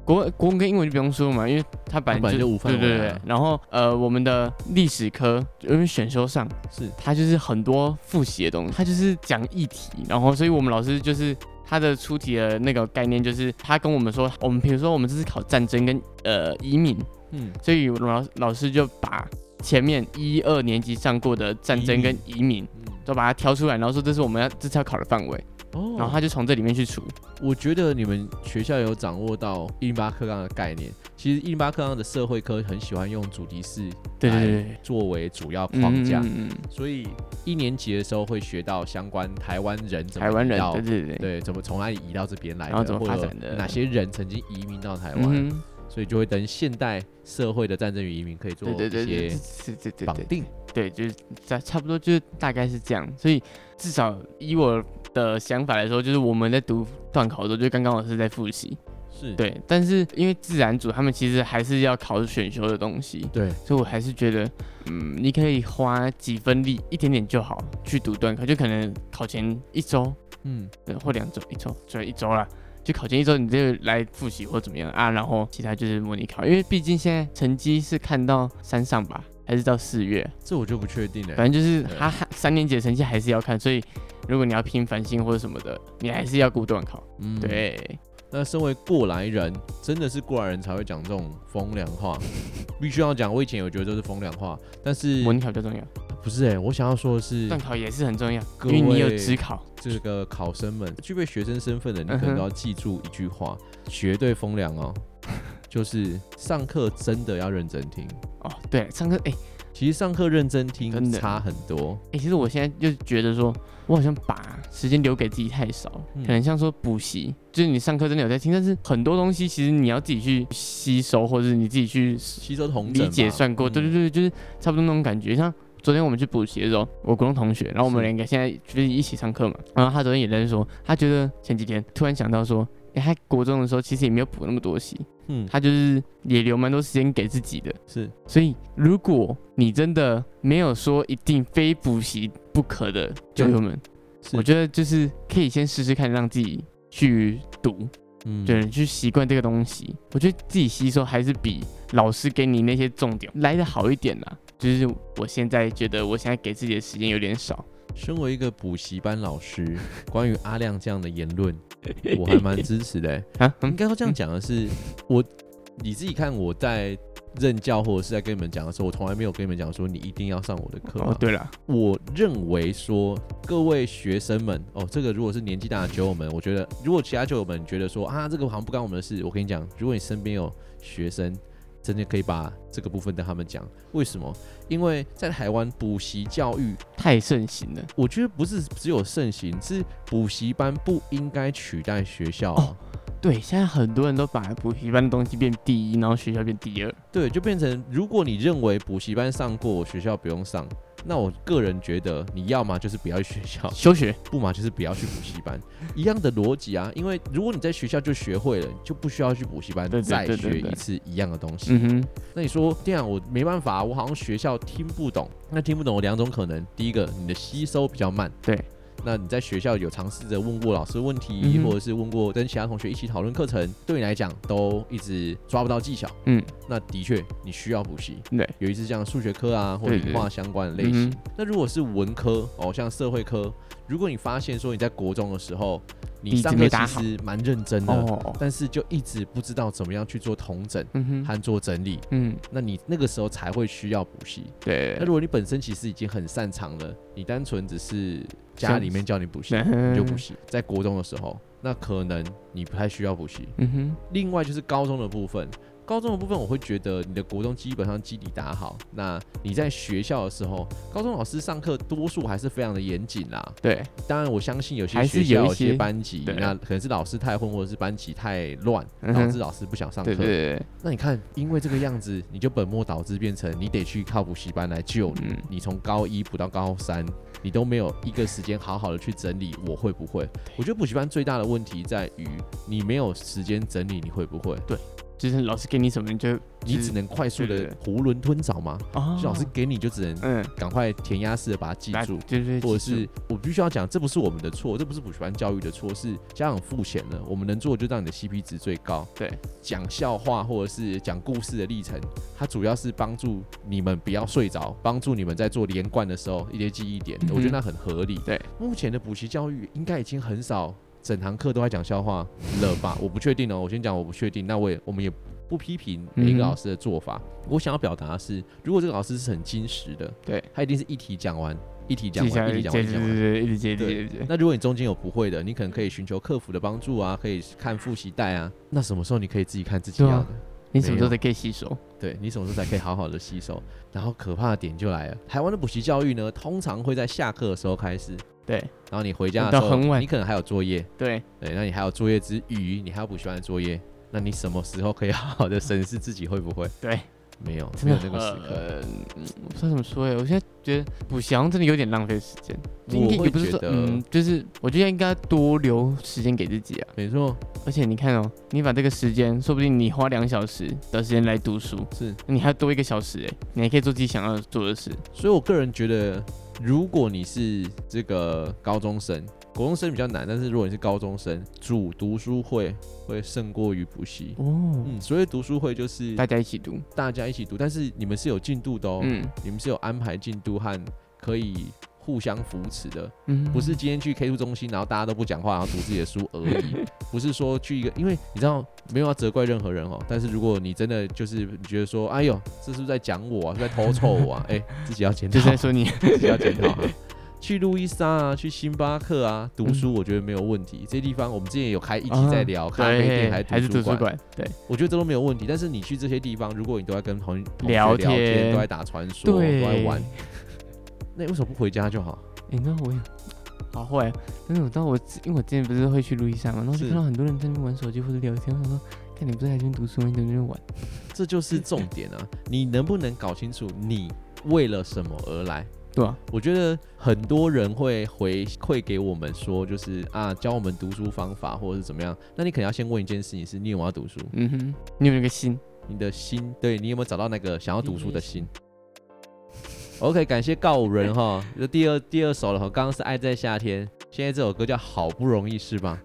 [SPEAKER 2] 国文国文跟英文就不用说嘛，因为它本来
[SPEAKER 1] 它本来就无范
[SPEAKER 2] 对对
[SPEAKER 1] 围啊
[SPEAKER 2] 对。然后呃，我们的历史科因为选修上，
[SPEAKER 1] 是
[SPEAKER 2] 它就是很多复习的东西，它就是讲议题，然后所以我们老师就是。他的出题的那个概念就是，他跟我们说，我们比如说我们这次考战争跟呃移民，
[SPEAKER 1] 嗯，
[SPEAKER 2] 所以我们老老师就把前面一二年级上过的战争跟移民
[SPEAKER 1] 嗯
[SPEAKER 2] 都把它挑出来，然后说这是我们要这次要考的范围。
[SPEAKER 1] 哦，
[SPEAKER 2] 然后他就从这里面去除。
[SPEAKER 1] 我觉得你们学校有掌握到一零八课纲的概念。其实一零八课纲的社会科很喜欢用主题式
[SPEAKER 2] 对对
[SPEAKER 1] 来
[SPEAKER 2] 对对
[SPEAKER 1] 作为主要框架，
[SPEAKER 2] 嗯嗯嗯嗯
[SPEAKER 1] 所以一年级的时候会学到相关台湾人怎么
[SPEAKER 2] 台湾人
[SPEAKER 1] 移到，
[SPEAKER 2] 对对对，
[SPEAKER 1] 对，怎么从哪里移到这边来
[SPEAKER 2] 然后怎
[SPEAKER 1] 的，
[SPEAKER 2] 么
[SPEAKER 1] 或
[SPEAKER 2] 发
[SPEAKER 1] 者
[SPEAKER 2] 展的
[SPEAKER 1] 哪些人曾经移民到台湾，
[SPEAKER 2] 嗯哼，
[SPEAKER 1] 所以就会等现代社会的战争与移民可以做
[SPEAKER 2] 对对
[SPEAKER 1] 一
[SPEAKER 2] 对对
[SPEAKER 1] 些
[SPEAKER 2] 对对对
[SPEAKER 1] 绑
[SPEAKER 2] 对
[SPEAKER 1] 定。
[SPEAKER 2] 对，就是差差不多就是大概是这样，所以至少以我的想法来说，就是我们在读段考的时候，就刚刚我是在复习，
[SPEAKER 1] 是，
[SPEAKER 2] 对，但是因为自然组他们其实还是要考选修的东西，
[SPEAKER 1] 对，
[SPEAKER 2] 所以我还是觉得，嗯，你可以花几分力，一点点就好，去读段考，就可能考前一周
[SPEAKER 1] 嗯，
[SPEAKER 2] 对或两周，一周，对，一周啦。就考前一周，你就来复习或怎么样啊？然后其他就是模拟考，因为毕竟现在成绩是看到山上吧，还是到四月？
[SPEAKER 1] 这我就不确定了、
[SPEAKER 2] 反正就是
[SPEAKER 1] 对
[SPEAKER 2] 他他三年级的成绩还是要看，所以如果你要拼繁星或者什么的，你还是要顾段考。
[SPEAKER 1] 嗯，。
[SPEAKER 2] 对，
[SPEAKER 1] 那身为过来人，真的是过来人才会讲这种风凉 话，必须要讲。我以前有觉得这是风凉话，但是
[SPEAKER 2] 模拟考比较重要，
[SPEAKER 1] 不是哎、我想要说的是，
[SPEAKER 2] 段考也是很重要，
[SPEAKER 1] 各
[SPEAKER 2] 因
[SPEAKER 1] 位
[SPEAKER 2] 为你有职考。
[SPEAKER 1] 这个考生们具备学生身份的，你
[SPEAKER 2] 嗯哼
[SPEAKER 1] 可能都要记住一句话，绝对风凉 哦，就是上课真的要认真听。
[SPEAKER 2] 哦，对，上课哎
[SPEAKER 1] 其实上课认真听
[SPEAKER 2] 真的
[SPEAKER 1] 差很多，
[SPEAKER 2] 哎，其实我现在就觉得说，我好像把时间留给自己太少，
[SPEAKER 1] 嗯
[SPEAKER 2] 可能像说补习，就是你上课真的有在听，但是很多东西其实你要自己去吸收，或者是你自己去
[SPEAKER 1] 吸收同整
[SPEAKER 2] 理解
[SPEAKER 1] 嘛
[SPEAKER 2] 算过，对对
[SPEAKER 1] 嗯
[SPEAKER 2] 对，就是差不多那种感觉。像昨天我们去补习的时候，我国中同学，然后我们
[SPEAKER 1] 是
[SPEAKER 2] 两个现在就是一起上课嘛，然后他昨天也在说，他觉得前几天突然想到说，哎、他国中的时候其实也没有补那么多习，
[SPEAKER 1] 嗯，
[SPEAKER 2] 他就是也留蛮多时间给自己的。
[SPEAKER 1] 是
[SPEAKER 2] 所以如果你真的没有说一定非补习不可的
[SPEAKER 1] 对
[SPEAKER 2] 教友们，
[SPEAKER 1] 是，
[SPEAKER 2] 我觉得就是可以先试试看，让自己去读，
[SPEAKER 1] 嗯
[SPEAKER 2] 对，去习惯这个东西。我觉得自己吸收还是比老师给你那些重点来的好一点啦。就是我现在觉得，我现在给自己的时间有点少。
[SPEAKER 1] 身为一个补习班老 师，关于阿亮这样的言论，我还蛮支持的欸、
[SPEAKER 2] 啊，
[SPEAKER 1] 应
[SPEAKER 2] 嗯
[SPEAKER 1] 该说这样讲的是，我你自己看我在任教或者是在跟你们讲的时候，我从来没有跟你们讲说你一定要上我的课、
[SPEAKER 2] 哦，，对了，
[SPEAKER 1] 我认为说各位学生们，哦，这个如果是年纪大的酒友们，我觉得啊如果其他酒友们觉得说啊这个好像不干我们的事，我跟你讲，如果你身边有学生。真的可以把这个部分跟他们讲，为什么？因为在台湾补习教育
[SPEAKER 2] 太盛行了。
[SPEAKER 1] 我觉得不是只有盛行，是补习班不应该取代学校、啊
[SPEAKER 2] 哦对，现在很多人都把补习班的东西变第一，然后学校变第二。
[SPEAKER 1] 对，就变成如果你认为补习班上过，学校不用上，那我个人觉得你要么就是不要去学校，
[SPEAKER 2] 休学，
[SPEAKER 1] 不嘛就是不要去补习班，一样的逻辑啊。因为如果你在学校就学会了，你就不需要去补习班
[SPEAKER 2] 对对
[SPEAKER 1] 再
[SPEAKER 2] 对对
[SPEAKER 1] 学
[SPEAKER 2] 对
[SPEAKER 1] 一次一样的东西。
[SPEAKER 2] 嗯哼，
[SPEAKER 1] 那你说这样我没办法，啊我好像学校听不懂。那听不懂有两种可能，第一个你的吸收比较慢，
[SPEAKER 2] 对。
[SPEAKER 1] 那你在学校有尝试着问过老师问题，
[SPEAKER 2] 嗯哼
[SPEAKER 1] 或者是问过跟其他同学一起讨论课程，对你来讲都一直抓不到技巧。
[SPEAKER 2] 嗯，
[SPEAKER 1] 那的确你需要补习。
[SPEAKER 2] 对，
[SPEAKER 1] 有一次像数学课啊，或
[SPEAKER 2] 对
[SPEAKER 1] 理化相关的类型。
[SPEAKER 2] 嗯哼
[SPEAKER 1] 那如果是文科哦，像社会科，如果你发现说你在国中的时候，你
[SPEAKER 2] 底子
[SPEAKER 1] 上课
[SPEAKER 2] 没打
[SPEAKER 1] 其实蛮认真的，
[SPEAKER 2] 哦，
[SPEAKER 1] 但是就一直不知道怎么样去做统整
[SPEAKER 2] 嗯哼，
[SPEAKER 1] 和做整理，
[SPEAKER 2] 嗯，
[SPEAKER 1] 那你那个时候才会需要补习。
[SPEAKER 2] 对
[SPEAKER 1] 那，如果你本身其实已经很擅长了，你单纯只是家里面叫你补习，你就补习。在国中的时候，那可能你不太需要补习。
[SPEAKER 2] 嗯哼，
[SPEAKER 1] 另外就是高中的部分，高中的部分我会觉得你的国中基本上基底打好，那你在学校的时候，高中老师上课多数还是非常的严谨啦。
[SPEAKER 2] 对，
[SPEAKER 1] 当然，我相信有些
[SPEAKER 2] 还
[SPEAKER 1] 学
[SPEAKER 2] 是
[SPEAKER 1] 校
[SPEAKER 2] 有一
[SPEAKER 1] 有
[SPEAKER 2] 些
[SPEAKER 1] 些班级，
[SPEAKER 2] 对啊
[SPEAKER 1] 那可能是老师太混，或者是班级太乱，
[SPEAKER 2] 嗯
[SPEAKER 1] 导
[SPEAKER 2] 哼
[SPEAKER 1] 致老师不想上课。
[SPEAKER 2] 对对对，
[SPEAKER 1] 那你看，因为这个样子，你就本末倒置，变成你得去靠补习班来救你。
[SPEAKER 2] 嗯，
[SPEAKER 1] 你从高一补到高三，你都没有一个时间好好的去整理我会不会。我觉得补习班最大的问题在于你没有时间整理你会不会，
[SPEAKER 2] 就是老师给你什么你就
[SPEAKER 1] 你只能快速
[SPEAKER 2] 对
[SPEAKER 1] 的
[SPEAKER 2] 对
[SPEAKER 1] 囫囵吞枣嘛。
[SPEAKER 2] 哦
[SPEAKER 1] 就老师给你就只能
[SPEAKER 2] 嗯，
[SPEAKER 1] 赶快填鸭式的把它记
[SPEAKER 2] 来
[SPEAKER 1] 住。
[SPEAKER 2] 对对，
[SPEAKER 1] 或者
[SPEAKER 2] 记
[SPEAKER 1] 是
[SPEAKER 2] 住
[SPEAKER 1] 我必须要讲，这不是我们的错，这不是补习班教育的错，是家长付钱了，我们能做的就让你的 CP 值最高。
[SPEAKER 2] 对，
[SPEAKER 1] 讲笑话或者是讲故事的历程，它主要是帮助你们不要睡着，帮助你们在做连贯的时候一些记忆点，
[SPEAKER 2] 嗯哼
[SPEAKER 1] 我觉得那很合理。
[SPEAKER 2] 对，
[SPEAKER 1] 目前的补习教育应该已经很少整堂课都在讲笑话了吧？我不确定哦，我先讲我不确定，那我也我们也不批评每一个
[SPEAKER 2] 嗯哼
[SPEAKER 1] 老师的做法。我想要表达的是，如果这个老师是很矜持的，
[SPEAKER 2] 对
[SPEAKER 1] 他一定是一题讲完，一题讲
[SPEAKER 2] 接下
[SPEAKER 1] 完，
[SPEAKER 2] 来
[SPEAKER 1] 一题
[SPEAKER 2] 接
[SPEAKER 1] 讲
[SPEAKER 2] 对
[SPEAKER 1] 完，一题
[SPEAKER 2] 对
[SPEAKER 1] 讲完。
[SPEAKER 2] 对，一直接一直
[SPEAKER 1] 对
[SPEAKER 2] 接一直接。
[SPEAKER 1] 那如果你中间有不会的，你可能可以寻求客服的帮助啊，可以看复习带啊。那什么时候你可以自己看自己
[SPEAKER 2] 对
[SPEAKER 1] 要
[SPEAKER 2] 啊
[SPEAKER 1] 的？
[SPEAKER 2] 你什么
[SPEAKER 1] 没
[SPEAKER 2] 时
[SPEAKER 1] 有
[SPEAKER 2] 候才可以吸收？
[SPEAKER 1] 对你什么时候才可以好好的吸收？然后可怕的点就来了，台湾的补习教育呢，通常会在下课的时候开始，
[SPEAKER 2] 对
[SPEAKER 1] 然后你回家的时
[SPEAKER 2] 到
[SPEAKER 1] 候，
[SPEAKER 2] 很晚
[SPEAKER 1] 你可能还有作业，
[SPEAKER 2] 对，
[SPEAKER 1] 对，那你还有作业之余，你还有补习班的作业，那你什么时候可以好好的审视自己会不会？
[SPEAKER 2] 对，
[SPEAKER 1] 没有，
[SPEAKER 2] 真
[SPEAKER 1] 没
[SPEAKER 2] 的
[SPEAKER 1] 有那个时刻。
[SPEAKER 2] 呃，嗯我不知道怎么说哎，我现在觉得补习好像真的有点浪费时间。应该
[SPEAKER 1] 我
[SPEAKER 2] 也
[SPEAKER 1] 会
[SPEAKER 2] 不是
[SPEAKER 1] 觉
[SPEAKER 2] 说，
[SPEAKER 1] 得，
[SPEAKER 2] 嗯，就是我觉得应该多留时间给自己啊。
[SPEAKER 1] 没错，
[SPEAKER 2] 而且你看哦，你把这个时间，说不定你花两小时的时间来读书，
[SPEAKER 1] 是。
[SPEAKER 2] 你还多一个小时哎，你还可以做自己想要做的事。
[SPEAKER 1] 所以我个人觉得，如果你是这个高中生，国中生比较难，但是如果你是高中生，主读书会会胜过于补习。
[SPEAKER 2] 哦，
[SPEAKER 1] 嗯，所谓读书会就是
[SPEAKER 2] 大家一起读，
[SPEAKER 1] 大家一起读，但是你们是有进度的哦，
[SPEAKER 2] 嗯
[SPEAKER 1] 你们是有安排进度和可以互相扶持的，
[SPEAKER 2] 嗯，
[SPEAKER 1] 不是今天去 K 书中心，然后大家都不讲话，然后读自己的书而 已，不是说去一个，因为你知道没有要责怪任何人哦，但是如果你真的就是你觉得说，哎呦，这是不是在讲我啊，是不是在偷臭我啊，哎、自己要检讨，
[SPEAKER 2] 就是在说你，
[SPEAKER 1] 自己要检讨啊。去路易莎啊，去星巴克啊，读书我觉得没有问题。这些地方我们之前有开一集在聊、 咖啡
[SPEAKER 2] 对，
[SPEAKER 1] 店
[SPEAKER 2] 还是
[SPEAKER 1] 啊是图
[SPEAKER 2] 图
[SPEAKER 1] 书
[SPEAKER 2] 书
[SPEAKER 1] 馆，
[SPEAKER 2] 馆，对
[SPEAKER 1] 我觉得这都没有问题。但是你去这些地方，如果你都在跟朋友同学
[SPEAKER 2] 聊
[SPEAKER 1] 天，
[SPEAKER 2] 天
[SPEAKER 1] 都在打传说，
[SPEAKER 2] 对，
[SPEAKER 1] 都在玩，那你为什么不回家就好？
[SPEAKER 2] 哎、那我也好坏啊！但是我到我之因为我之前不是会去路易莎嘛，然后就是看到很多人在那边玩手机或者聊天，我想说，看你不是在这边读书吗？你怎么在那边玩？
[SPEAKER 1] 这就是重点啊！你能不能搞清楚你为了什么而来？
[SPEAKER 2] 对啊，
[SPEAKER 1] 我觉得很多人会回馈给我们说，就是啊，教我们读书方法或者是怎么样。那你可能要先问一件事情是：你有没有要读书？
[SPEAKER 2] 嗯哼，你有没有一个心，
[SPEAKER 1] 你的心，对你有没有找到那个想要读书的心
[SPEAKER 2] 你
[SPEAKER 1] ？OK，感谢告五人哈，这第二第二首了哈，刚刚是《爱在夏天》，现在这首歌叫《好不容易》是吧？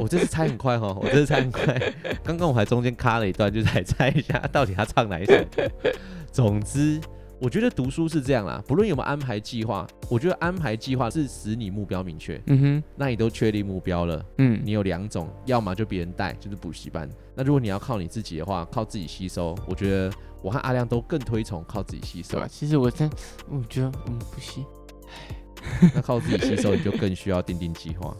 [SPEAKER 1] 我这次猜很快哈，我这次猜很快，刚刚我还中间卡了一段，就是来猜一下到底他唱哪一首。总之，我觉得读书是这样啦，不论有没有安排计划，我觉得安排计划是使你目标明确，
[SPEAKER 2] 嗯哼，
[SPEAKER 1] 那你都确立目标了。
[SPEAKER 2] 嗯，
[SPEAKER 1] 你有两种，要么就别人带，就是补习班。那如果你要靠你自己的话，靠自己吸收，我觉得我和阿亮都更推崇靠自己吸
[SPEAKER 2] 对
[SPEAKER 1] 收
[SPEAKER 2] 吧？。其实我真，我觉得嗯不行，
[SPEAKER 1] 那靠自己吸收，你就更需要定定计划。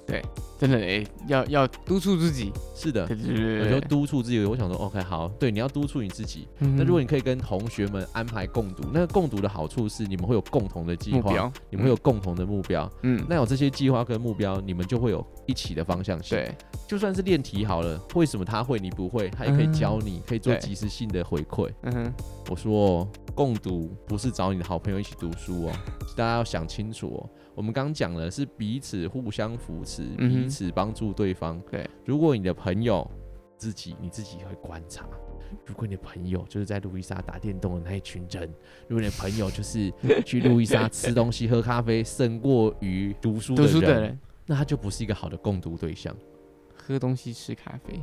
[SPEAKER 2] 真的哎、要要督促自己，
[SPEAKER 1] 是的
[SPEAKER 2] 对，对对
[SPEAKER 1] 我
[SPEAKER 2] 对
[SPEAKER 1] 就
[SPEAKER 2] 对，
[SPEAKER 1] 督促自己。我想说，OK，好，对，你要督促你自己。
[SPEAKER 2] 嗯
[SPEAKER 1] 那如果
[SPEAKER 2] 哼
[SPEAKER 1] 你可以跟同学们安排共读，那个共读的好处是你们会有共同的计
[SPEAKER 2] 嗯目
[SPEAKER 1] 划，
[SPEAKER 2] 标，
[SPEAKER 1] 你们会有共同的目标。
[SPEAKER 2] 嗯，
[SPEAKER 1] 那有这些计划跟目标，你们就会有一起的方向性。
[SPEAKER 2] 对，
[SPEAKER 1] 就算是练题好了，为什么他会你不会，他也可以教你，可以做
[SPEAKER 2] 嗯对
[SPEAKER 1] 及时性的回馈。
[SPEAKER 2] 嗯哼，
[SPEAKER 1] 我说共读不是找你的好朋友一起读书哦，大家要想清楚哦。我们刚刚讲了是彼此互相扶持，
[SPEAKER 2] 嗯哼
[SPEAKER 1] 彼此帮助对方。
[SPEAKER 2] 对，
[SPEAKER 1] 如果你的朋友自己你自己会观察，如果你的朋友就是在路易莎打电动的那一群人，如果你的朋友就是 去路易莎吃东西、喝咖啡，胜过于读书的
[SPEAKER 2] 读
[SPEAKER 1] 人，
[SPEAKER 2] 书的人
[SPEAKER 1] 那他就不是一个好的共读对象。
[SPEAKER 2] 喝东西吃咖啡，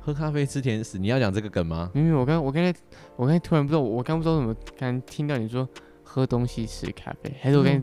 [SPEAKER 1] 喝咖啡吃甜食，你要讲这个梗吗？
[SPEAKER 2] 明明我刚我刚才我刚才突然不知道我刚不知道怎么，刚听到你说喝东西吃咖啡，还是我刚才、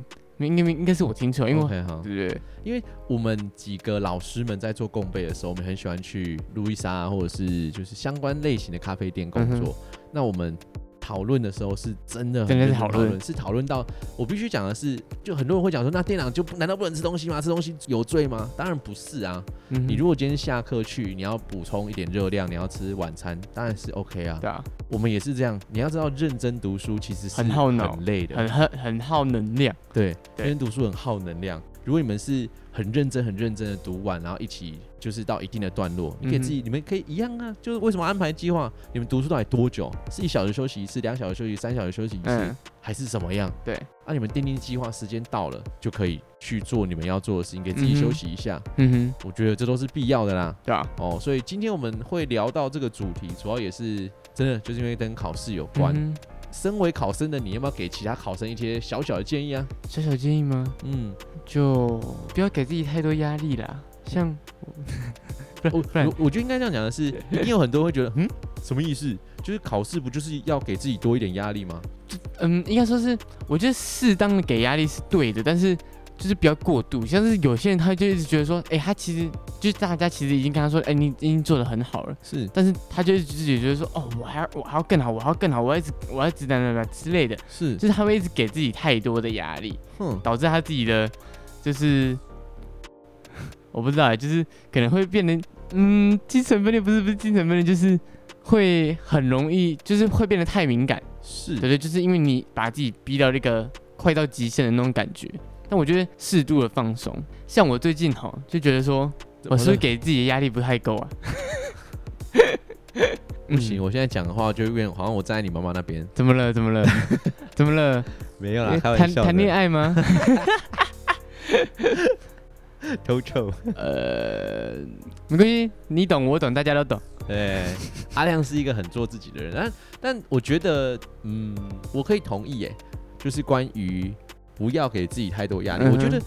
[SPEAKER 2] 应该应该是我听错，因为我
[SPEAKER 1] OK 哈，
[SPEAKER 2] 对对对，
[SPEAKER 1] 我们几个老师们在做共备的时候，我们很喜欢去路易莎啊或者是就是相关类型的咖啡店工作。那我们讨论的时候是真的很
[SPEAKER 2] 嗯真的是
[SPEAKER 1] 认真
[SPEAKER 2] 讨
[SPEAKER 1] 讨
[SPEAKER 2] 论
[SPEAKER 1] 论，是讨论到我必须讲的是，就很多人会讲说，那店长就不难道不能吃东西吗？吃东西有罪吗？当然不是啊。
[SPEAKER 2] 嗯哼
[SPEAKER 1] 你如果今天下课去，你要补充一点热量，你要吃晚餐，当然是 OK 啊。
[SPEAKER 2] 对啊，
[SPEAKER 1] 我们也是这样，你要知道认真读书其实是
[SPEAKER 2] 很耗脑
[SPEAKER 1] 很累的，
[SPEAKER 2] 很很很耗能量，
[SPEAKER 1] 对，
[SPEAKER 2] 对
[SPEAKER 1] 认真读书很耗能量。如果你们是很认真、很认真的读完，然后一起就是到一定的段落，
[SPEAKER 2] 嗯
[SPEAKER 1] 你可以自己，你们可以一样啊。就是为什么安排计划？你们读书到底多久？是一小时休息一次，两小时休息，三小时休息一次，
[SPEAKER 2] 嗯，
[SPEAKER 1] 还是怎么样？
[SPEAKER 2] 对，
[SPEAKER 1] 啊，你们定定计划，时间到了就可以去做你们要做的事情，给自己
[SPEAKER 2] 嗯哼
[SPEAKER 1] 休息一下。
[SPEAKER 2] 嗯哼，
[SPEAKER 1] 我觉得这都是必要的啦。
[SPEAKER 2] 对啊，
[SPEAKER 1] 哦，所以今天我们会聊到这个主题，主要也是真的就是因为跟考试有关。
[SPEAKER 2] 嗯哼
[SPEAKER 1] 身为考生的你，要不要给其他考生一些小小的建议啊？
[SPEAKER 2] 小小建议吗？
[SPEAKER 1] 嗯，
[SPEAKER 2] 就不要给自己太多压力啦，像
[SPEAKER 1] 我
[SPEAKER 2] 不然
[SPEAKER 1] 哦我我觉得应该这样讲 的是，一定有很多人会觉得，嗯，什么意思？就是考试不就是要给自己多一点压力吗？
[SPEAKER 2] 嗯，应该说是我觉得适当的给压力是对的，但是就是不要过度，像是有些人他就一直觉得说，哎、他其实就是大家其实已经跟他说，哎、你已经做的很好了，
[SPEAKER 1] 是
[SPEAKER 2] 但是他就一直自己觉得说，哦，我还要我还要更好，我还要更好，我要一直我要一直等等等之类的，
[SPEAKER 1] 是，
[SPEAKER 2] 就是他会一直给自己太多的压力，
[SPEAKER 1] 哼，
[SPEAKER 2] 导致他自己的就是我不知道欸，就是可能会变得嗯，精神分裂不是不是精神分裂，就是会很容易，就是会变得太敏感。对
[SPEAKER 1] 是，
[SPEAKER 2] 对，就是因为你把自己逼到那个快到极限的那种感觉。但我觉得适度的放松，像我最近哈就觉得说，我是不是给自己的压力不太够啊？
[SPEAKER 1] 不
[SPEAKER 2] 嗯
[SPEAKER 1] 行，，我现在讲的话就有点好像我站在你妈妈那边，
[SPEAKER 2] 怎么了？怎么了？怎么了？
[SPEAKER 1] 没有
[SPEAKER 2] 诶哎谈谈恋 爱吗？
[SPEAKER 1] 爱偷 臭。
[SPEAKER 2] 呃，没关系，你懂我懂，大家都懂。
[SPEAKER 1] 对，阿亮是一个很做自己的人，但但我觉得，嗯，我可以同意，哎，就是关于不要给自己太多压力。我觉
[SPEAKER 2] 嗯哼
[SPEAKER 1] 得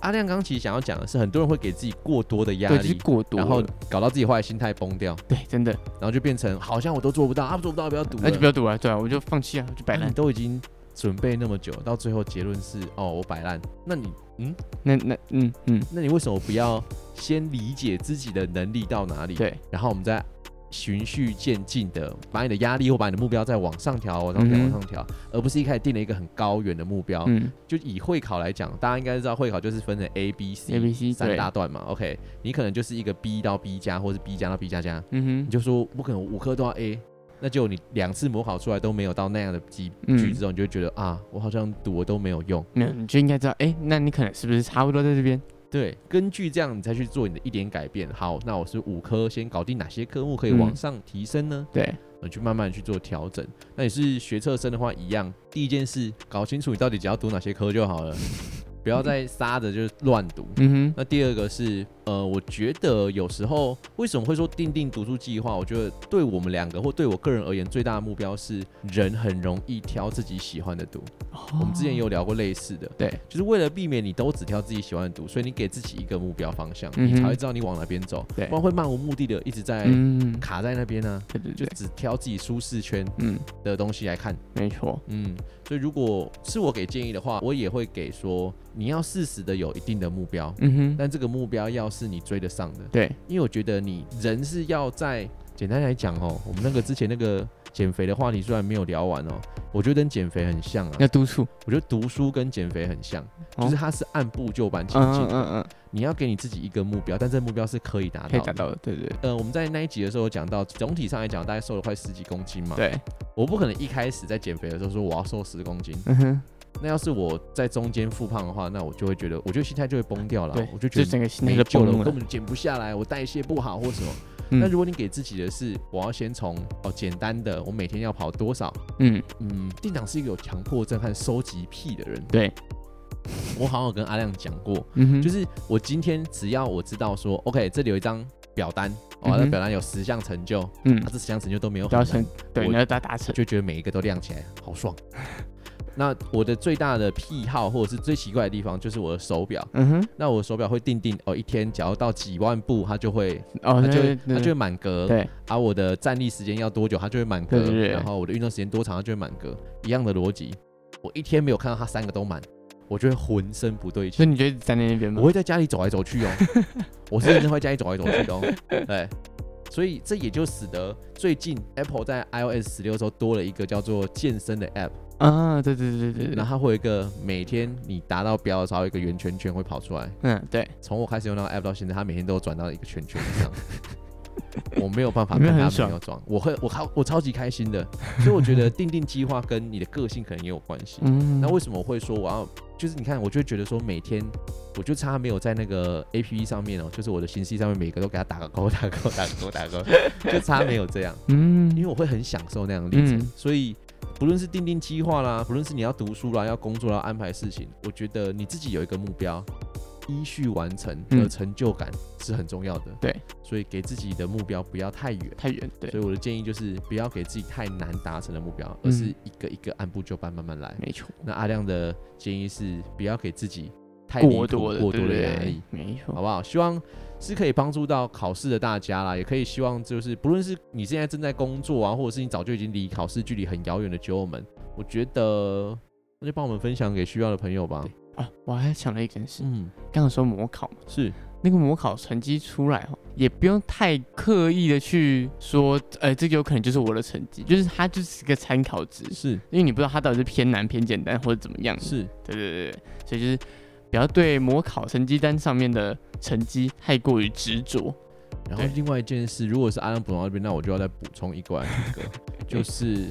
[SPEAKER 1] 阿亮刚其实想要讲的是，很多人会给自己过多的压
[SPEAKER 2] 对，就是
[SPEAKER 1] 力，
[SPEAKER 2] 过多了，
[SPEAKER 1] 然后搞到自己坏心态崩掉，
[SPEAKER 2] 对，真的，
[SPEAKER 1] 然后就变成好像我都做不到啊，做不到不要赌了，
[SPEAKER 2] 那就不要赌了，对啊，我就放弃啊，我就摆
[SPEAKER 1] 啊
[SPEAKER 2] 烂
[SPEAKER 1] 你。都已经准备那么久，到最后结论是哦，我摆烂。那你
[SPEAKER 2] 那那嗯嗯，
[SPEAKER 1] 那你为什么不要先理解自己的能力到哪里？，
[SPEAKER 2] 对，
[SPEAKER 1] 然后我们再循序渐进的把你的压力或把你的目标再往上调，往上调，
[SPEAKER 2] 嗯
[SPEAKER 1] 往
[SPEAKER 2] 哼
[SPEAKER 1] 上调，而不是一开始定了一个很高远的目标。
[SPEAKER 2] 嗯
[SPEAKER 1] 就以会考来讲，大家应该知道会考就是分成 A、B、C、
[SPEAKER 2] ，A B C
[SPEAKER 1] 三
[SPEAKER 2] 对，
[SPEAKER 1] 大段嘛。OK，你可能就是一个 B 到 B 加，或是 B 加到 B 加加，
[SPEAKER 2] 嗯
[SPEAKER 1] 你就说不可能五科都要 A，那就你两次模考出来都没有到那样的级
[SPEAKER 2] 嗯
[SPEAKER 1] 距之后，你就会觉得啊，我好像赌了都没有用。
[SPEAKER 2] 哼，没有，你就应该知道，哎，那你可能是不是差不多在这边？
[SPEAKER 1] 对，根据这样你再去做你的一点改变。好，那我是五科先搞定哪些科目可以往
[SPEAKER 2] 嗯
[SPEAKER 1] 上提升呢？
[SPEAKER 2] 对，
[SPEAKER 1] 你去慢慢去做调整。那你是学测生的话，一样，第一件事搞清楚你到底只要读哪些科就好了，不要 再撒着就是乱读。
[SPEAKER 2] 嗯哼，
[SPEAKER 1] 那第二个是，呃，我觉得有时候为什么会说定定读书计划？我觉得对我们两个或对我个人而言，最大的目标是人很容易挑自己喜欢的读。
[SPEAKER 2] 哦
[SPEAKER 1] 我们之前也有聊过类似的，
[SPEAKER 2] 对，
[SPEAKER 1] 就是为了避免你都只挑自己喜欢的读，所以你给自己一个目标方向，
[SPEAKER 2] 嗯哼
[SPEAKER 1] 你才会知道你往哪边走，
[SPEAKER 2] 对
[SPEAKER 1] 不然会漫无目的的一直在
[SPEAKER 2] 嗯，
[SPEAKER 1] 卡在那边呢、
[SPEAKER 2] 对对
[SPEAKER 1] 就
[SPEAKER 2] 对，
[SPEAKER 1] 只挑自己舒适圈
[SPEAKER 2] 嗯，
[SPEAKER 1] 的东西来看。
[SPEAKER 2] 没错，
[SPEAKER 1] 嗯，所以如果是我给建议的话，我也会给说，你要适时的有一定的目标，
[SPEAKER 2] 嗯哼，
[SPEAKER 1] 但这个目标要是你追得上的，
[SPEAKER 2] 对，
[SPEAKER 1] 因为我觉得你人是要在简单来讲哦，我们那个之前那个减肥的话题虽然没有聊完哦，我觉得跟减肥很像啊
[SPEAKER 2] 要，督促，
[SPEAKER 1] 我觉得读书跟减肥很像，
[SPEAKER 2] 哦
[SPEAKER 1] 就是它是按部就班前
[SPEAKER 2] 嗯
[SPEAKER 1] 进
[SPEAKER 2] 嗯，嗯嗯，
[SPEAKER 1] 你要给你自己一个目标，但这个目标是可以达
[SPEAKER 2] 可以
[SPEAKER 1] 到
[SPEAKER 2] 达
[SPEAKER 1] 的。
[SPEAKER 2] 到的，对对
[SPEAKER 1] 呃，我们在那一集的时候有讲到，总体上来讲，大概瘦了快十几公斤嘛。，
[SPEAKER 2] 对，
[SPEAKER 1] 我不可能一开始在减肥的时候说我要瘦十公斤，
[SPEAKER 2] 嗯哼，
[SPEAKER 1] 那要是我在中间复胖的话，那我就会觉得，我觉得心态就会崩掉了
[SPEAKER 2] 对，，
[SPEAKER 1] 啊我就觉
[SPEAKER 2] 就
[SPEAKER 1] 得
[SPEAKER 2] 整个心态
[SPEAKER 1] 没
[SPEAKER 2] 就
[SPEAKER 1] 救
[SPEAKER 2] 崩
[SPEAKER 1] 了，我
[SPEAKER 2] 了
[SPEAKER 1] 根，本减不下来，我代谢不好或什么。
[SPEAKER 2] 嗯
[SPEAKER 1] 那如果你给自己的是，我要先从哦简单的，我每天要跑多少？
[SPEAKER 2] 嗯，
[SPEAKER 1] 嗯，店长是一个有强迫症和收集癖的人，
[SPEAKER 2] 对，
[SPEAKER 1] 我好像有跟阿亮讲过，
[SPEAKER 2] 嗯哼，
[SPEAKER 1] 就是是我今天只要我知道说，OK，这里有一张表单，
[SPEAKER 2] 嗯
[SPEAKER 1] 哦，
[SPEAKER 2] 哼
[SPEAKER 1] 那表单有十项成就，啊，
[SPEAKER 2] 嗯，
[SPEAKER 1] 这十项成就都没有
[SPEAKER 2] 不要
[SPEAKER 1] 很
[SPEAKER 2] 成
[SPEAKER 1] 难，，
[SPEAKER 2] 对，
[SPEAKER 1] 我
[SPEAKER 2] 你要达达成，
[SPEAKER 1] 就觉得每一个都亮起来，好爽。 那我的最大的癖好或者是最奇怪的地方就是我的手表，
[SPEAKER 2] 嗯哼，
[SPEAKER 1] 那我的手表会定定哦，一天只要到几万步，它就会它
[SPEAKER 2] 哦，对
[SPEAKER 1] 就
[SPEAKER 2] 对
[SPEAKER 1] 会它
[SPEAKER 2] 对
[SPEAKER 1] 就
[SPEAKER 2] 对
[SPEAKER 1] 会满格，
[SPEAKER 2] 对，
[SPEAKER 1] 啊，我的站立时间要多久，它就会满格，
[SPEAKER 2] 对对对
[SPEAKER 1] 然后我的运动时间多长，它就会满格，一样的逻辑。我一天没有看到它三个都满，我就会浑身不对劲
[SPEAKER 2] 所以。你觉得站在那边吗
[SPEAKER 1] 我？会在家里走来走去哦， 我是认真会在家里走来走去 的哦。对，所以这也就使得最近 Apple 在 iOS 十六时候多了一个叫做健身的 App，
[SPEAKER 2] 啊，对对对对对
[SPEAKER 1] 然，后它会有一个每天你达到标的时候，有一个圆圈圈会跑出来。
[SPEAKER 2] 嗯，对，
[SPEAKER 1] 从我开始用那个 App 到现在，它每天都有转到一个圈圈以 上。我没有办法
[SPEAKER 2] 有没
[SPEAKER 1] 跟
[SPEAKER 2] 有
[SPEAKER 1] 它
[SPEAKER 2] 很
[SPEAKER 1] 没
[SPEAKER 2] 爽
[SPEAKER 1] 有装，我会我超我超级开心的，所以我觉得定定计划跟你的个性可能也有关系。
[SPEAKER 2] 嗯，
[SPEAKER 1] 那为什么我会说我要？就是你看，我就会觉得说每天，我就差没有在那个 A P P 上面哦，就是我的行事上面每个都给它打个勾、打个勾、打个勾、打个勾， 就差没有这样，
[SPEAKER 2] 嗯，
[SPEAKER 1] 因为我会很享受那样的历程。
[SPEAKER 2] 嗯
[SPEAKER 1] 所以不论是定定计划啦，不论是你要读书啦、要工作啦、安排事情，我觉得你自己有一个目标，依序完成的
[SPEAKER 2] 嗯
[SPEAKER 1] 成就感是很重要的。
[SPEAKER 2] 对，
[SPEAKER 1] 所以给自己的目标不要太远。
[SPEAKER 2] 太远，对，
[SPEAKER 1] 所以我的建议就是不要给自己太难达成的目标，而是
[SPEAKER 2] 嗯
[SPEAKER 1] 一个一个按部就班慢慢来。
[SPEAKER 2] 没错，
[SPEAKER 1] 那阿亮的建议是不要给自己太离谱
[SPEAKER 2] 过多的
[SPEAKER 1] 过多的
[SPEAKER 2] 对对
[SPEAKER 1] 压
[SPEAKER 2] 对
[SPEAKER 1] 力，
[SPEAKER 2] 没
[SPEAKER 1] 好
[SPEAKER 2] 错，
[SPEAKER 1] 不好？希望是可以帮助到考试的大家啦，也可以希望就是不论是你现在正在工作啊，或者是你早就已经离考试距离很遥远的酒友们，我觉得那就帮我们分享给需要的朋友吧。
[SPEAKER 2] 啊，我还想了一件事，
[SPEAKER 1] 嗯，
[SPEAKER 2] 刚刚说模考嘛，
[SPEAKER 1] 是
[SPEAKER 2] 那个模考成绩出来哦，也不用太刻意的去说，呃，这有可能就是我的成绩，就是它就是一个参考值，
[SPEAKER 1] 是
[SPEAKER 2] 因为你不知道它到底是偏难偏简单或者怎么样，
[SPEAKER 1] 是，
[SPEAKER 2] 对对对对，所以就是不要对模考成绩单上面的成绩太过于执着。
[SPEAKER 1] 然后
[SPEAKER 2] 对
[SPEAKER 1] 另外一件事，如果是阿拉伯那边，那我就要再补充一关，就是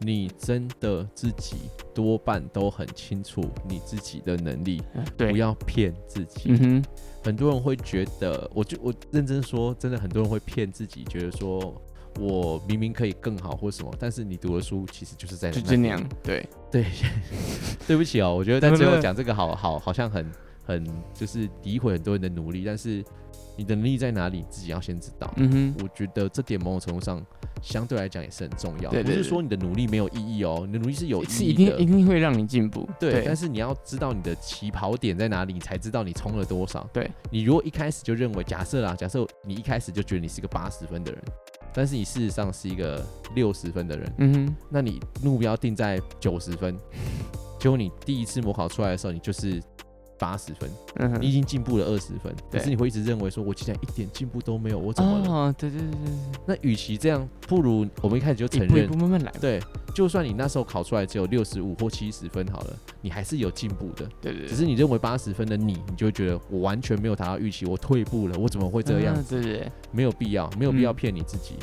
[SPEAKER 1] 你真的自己多半都很清楚你自己的能力，
[SPEAKER 2] 啊
[SPEAKER 1] 嗯不
[SPEAKER 2] 对，
[SPEAKER 1] 要骗自己。
[SPEAKER 2] 嗯哼，
[SPEAKER 1] 很多人会觉得，我就我认真说，真的很多人会骗自己，觉得说我明明可以更好或什么，但是你读的书其实就是在
[SPEAKER 2] 就
[SPEAKER 1] 那
[SPEAKER 2] 就那
[SPEAKER 1] 边
[SPEAKER 2] 样。对，
[SPEAKER 1] 对，对不起哦，我觉得在
[SPEAKER 2] 不
[SPEAKER 1] 最后
[SPEAKER 2] 不
[SPEAKER 1] 讲这个 好好好像很很就是诋毁很多人的努力，但是你的能力在哪里，自己要先知道。
[SPEAKER 2] 嗯哼，
[SPEAKER 1] 我觉得这点某种程度上相对来讲也是很重要，
[SPEAKER 2] 对对
[SPEAKER 1] 不是
[SPEAKER 2] 对
[SPEAKER 1] 说你的努力没有意义哦，你的努力是有意
[SPEAKER 2] 是一
[SPEAKER 1] 义
[SPEAKER 2] 定
[SPEAKER 1] 的
[SPEAKER 2] 一。定会让你进步。
[SPEAKER 1] 对，但
[SPEAKER 2] 对
[SPEAKER 1] 是你要知道你的起跑点在哪里，你才知道你冲了多少。
[SPEAKER 2] 对，
[SPEAKER 1] 你如果一开始就认为，假设啦，假设你一开始就觉得你是个八十分的人，但是你事实上是一个六十分的人，
[SPEAKER 2] 嗯哼，
[SPEAKER 1] 那你目标定在九十分，结果你第一次模考出来的时候，你就是八十分，
[SPEAKER 2] 嗯哼，
[SPEAKER 1] 你已经进步了二十分，可
[SPEAKER 2] 对
[SPEAKER 1] 是你会一直认为说，我竟然一点进步都没有，我怎么了？
[SPEAKER 2] 哦，对对对对
[SPEAKER 1] 那与其这样，不如我们一开始就承
[SPEAKER 2] 对，一步一
[SPEAKER 1] 认
[SPEAKER 2] 步，慢慢来。
[SPEAKER 1] 对，就算你那时候考出来只有六十五或七十分好了，你还是有进步的。
[SPEAKER 2] 对对，
[SPEAKER 1] 只是你认为八十分的你，你就会觉得我完全没有达到预期，我退步了，我怎么会这样？
[SPEAKER 2] 啊对对对，
[SPEAKER 1] 没有必要，没有必要
[SPEAKER 2] 嗯
[SPEAKER 1] 骗你自己，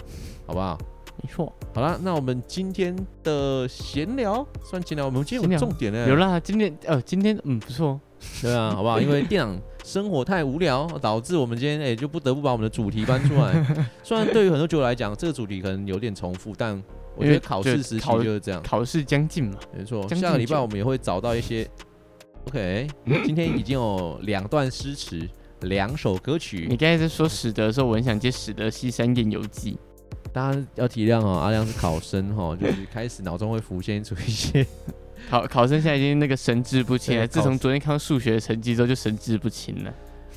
[SPEAKER 1] 好不好？
[SPEAKER 2] 没错。
[SPEAKER 1] 好啦，那我们今天的闲聊算闲聊，我们今天有
[SPEAKER 2] 闲聊
[SPEAKER 1] 重点呢，
[SPEAKER 2] 有啦，今天呃，今天嗯不错，
[SPEAKER 1] 对啊，好不好？因为电脑生活太无聊，导致我们今天哎、就不得不把我们的主题搬出来。 虽然对于很多酒友来讲，这个主题可能有点重复，但我觉得
[SPEAKER 2] 因为
[SPEAKER 1] 考
[SPEAKER 2] 就
[SPEAKER 1] 试时期
[SPEAKER 2] 考
[SPEAKER 1] 就是这样，
[SPEAKER 2] 考试将近嘛，
[SPEAKER 1] 没错。
[SPEAKER 2] 将
[SPEAKER 1] 下个
[SPEAKER 2] 近
[SPEAKER 1] 礼拜
[SPEAKER 2] 九
[SPEAKER 1] 我们也会找到一 些 OK，今天已经有两段诗词，两首歌曲
[SPEAKER 2] 你，刚才在说史德的时候，我很想接史德西山宴游记，
[SPEAKER 1] 大家要体谅哦，阿亮是考生 哦，就是开始脑中会浮现出一些
[SPEAKER 2] 考考生现在已经那个神志不清
[SPEAKER 1] 对
[SPEAKER 2] 了，自从昨天看到数学的成绩之后就神志不清了。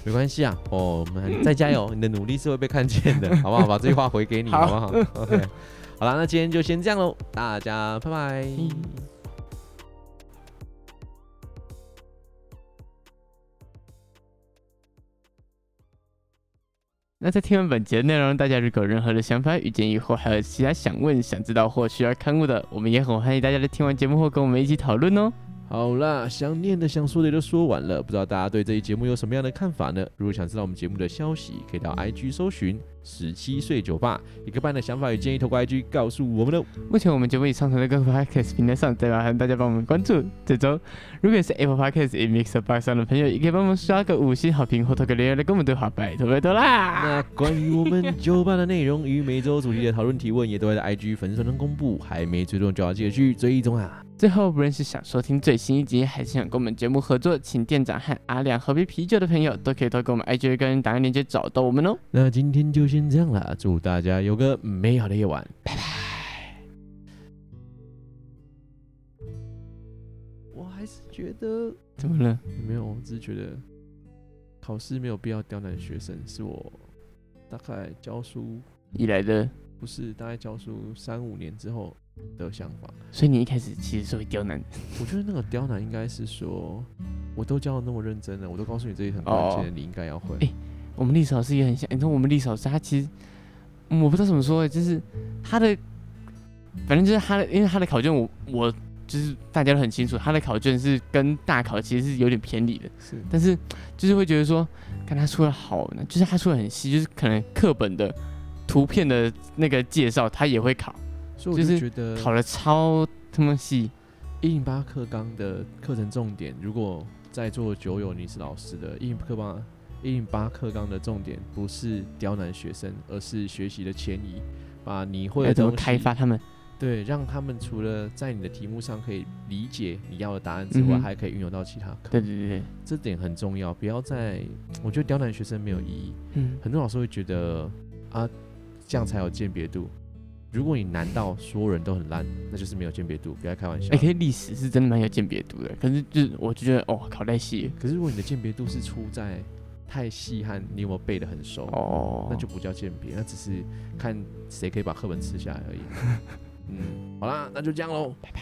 [SPEAKER 1] 没关系啊，哦，我们再加 油，你的努力是会被看见的，好不好？把这句话回给 你，好
[SPEAKER 2] 好
[SPEAKER 1] 不好？OK，好啦，那今天就先这样喽，大家拜拜。
[SPEAKER 2] 那在听完本节的内容，大家如果有任何的想法与建议，或还有其他想问、想知道或需要刊物的，我们也很欢迎大家在听完节目后跟我们一起讨论哦。
[SPEAKER 1] 好啦，想念的、想说的也都说完了，不知道大家对这一节目有什么样的看法呢？如果想知道我们节目的消息，可以到 IG 搜寻“十七岁酒吧”，也可以把你的想法与建议透过 IG 告诉我们哦。
[SPEAKER 2] 目前我们节目已上传到各个 podcast 平台上，再麻烦大家帮我们关注。这周，如果也是 Apple Podcast 与 Mixer Box 上的朋友，也可以帮忙刷个五星好评或投个留言来跟我们对话，拜托拜托 啦！
[SPEAKER 1] 那关于我们酒吧的内容与每周主题的讨论提问，也都会在 IG 粉丝团中公布，还没追踪就要记得去追踪啊！
[SPEAKER 2] 最后，不论是想收听最新一集，还是想跟我们节目合作，请店长和阿亮喝杯啤酒的朋友，都可以透过我们 IG 跟档案链接找到我们哦。
[SPEAKER 1] 那今天就先这样啦，祝大家有个美好的夜晚，拜拜。我还是觉得
[SPEAKER 2] 怎么了？
[SPEAKER 1] 没有，我只是觉得考试没有必要刁难学生，是我大概教书
[SPEAKER 2] 以来的，
[SPEAKER 1] 不是大概教书三五年之后的想法。
[SPEAKER 2] 所以你一开始其实是会刁难的。
[SPEAKER 1] 我觉得那个刁难应该是说，我都教的那么认真了，我都告诉你这些很关键的，
[SPEAKER 2] 哦
[SPEAKER 1] 你应该要会。
[SPEAKER 2] 哎我们历史老师也很像，你知道我们历史老师他其实，嗯我不知道怎么说，就是他的，反正就是他的，因为他的考卷我我就是大家都很清楚，他的考卷是跟大考其实是有点偏离的，
[SPEAKER 1] 是
[SPEAKER 2] 但是就是会觉得说，看他出的好难，就是他出的很细，就是可能课本的图片的那个介绍他也会考，
[SPEAKER 1] 所以我
[SPEAKER 2] 就
[SPEAKER 1] 就是觉得
[SPEAKER 2] 考的超他妈细，
[SPEAKER 1] 一零八课纲的课程重点，如果在座酒友你是老师的，一零课纲一零八课纲的重点不是刁难学生，而是学习的迁移，把你会
[SPEAKER 2] 要
[SPEAKER 1] 的
[SPEAKER 2] 哎怎么
[SPEAKER 1] 东西
[SPEAKER 2] 开发他们？
[SPEAKER 1] 对，让他们除了在你的题目上可以理解你要的答案之外，
[SPEAKER 2] 嗯哼
[SPEAKER 1] 还可以运用到其他课，
[SPEAKER 2] 对对对对，
[SPEAKER 1] 这点很重要。不要再，我觉得刁难学生没有意义。
[SPEAKER 2] 嗯，
[SPEAKER 1] 很多老师会觉得啊，这样才有鉴别度。如果你难到所有人都很烂，那就是没有鉴别度，不要开玩笑。
[SPEAKER 2] 哎、可是历史是真的蛮有鉴别度的，可是就是我就觉得哦，考太细了
[SPEAKER 1] 可是如果你的鉴别度是出在太细和你有没有背得很熟，
[SPEAKER 2] 哦，
[SPEAKER 1] 那就不叫鉴别，那只是看谁可以把课本吃下来而已。嗯，好啦，那就这样喽，拜拜。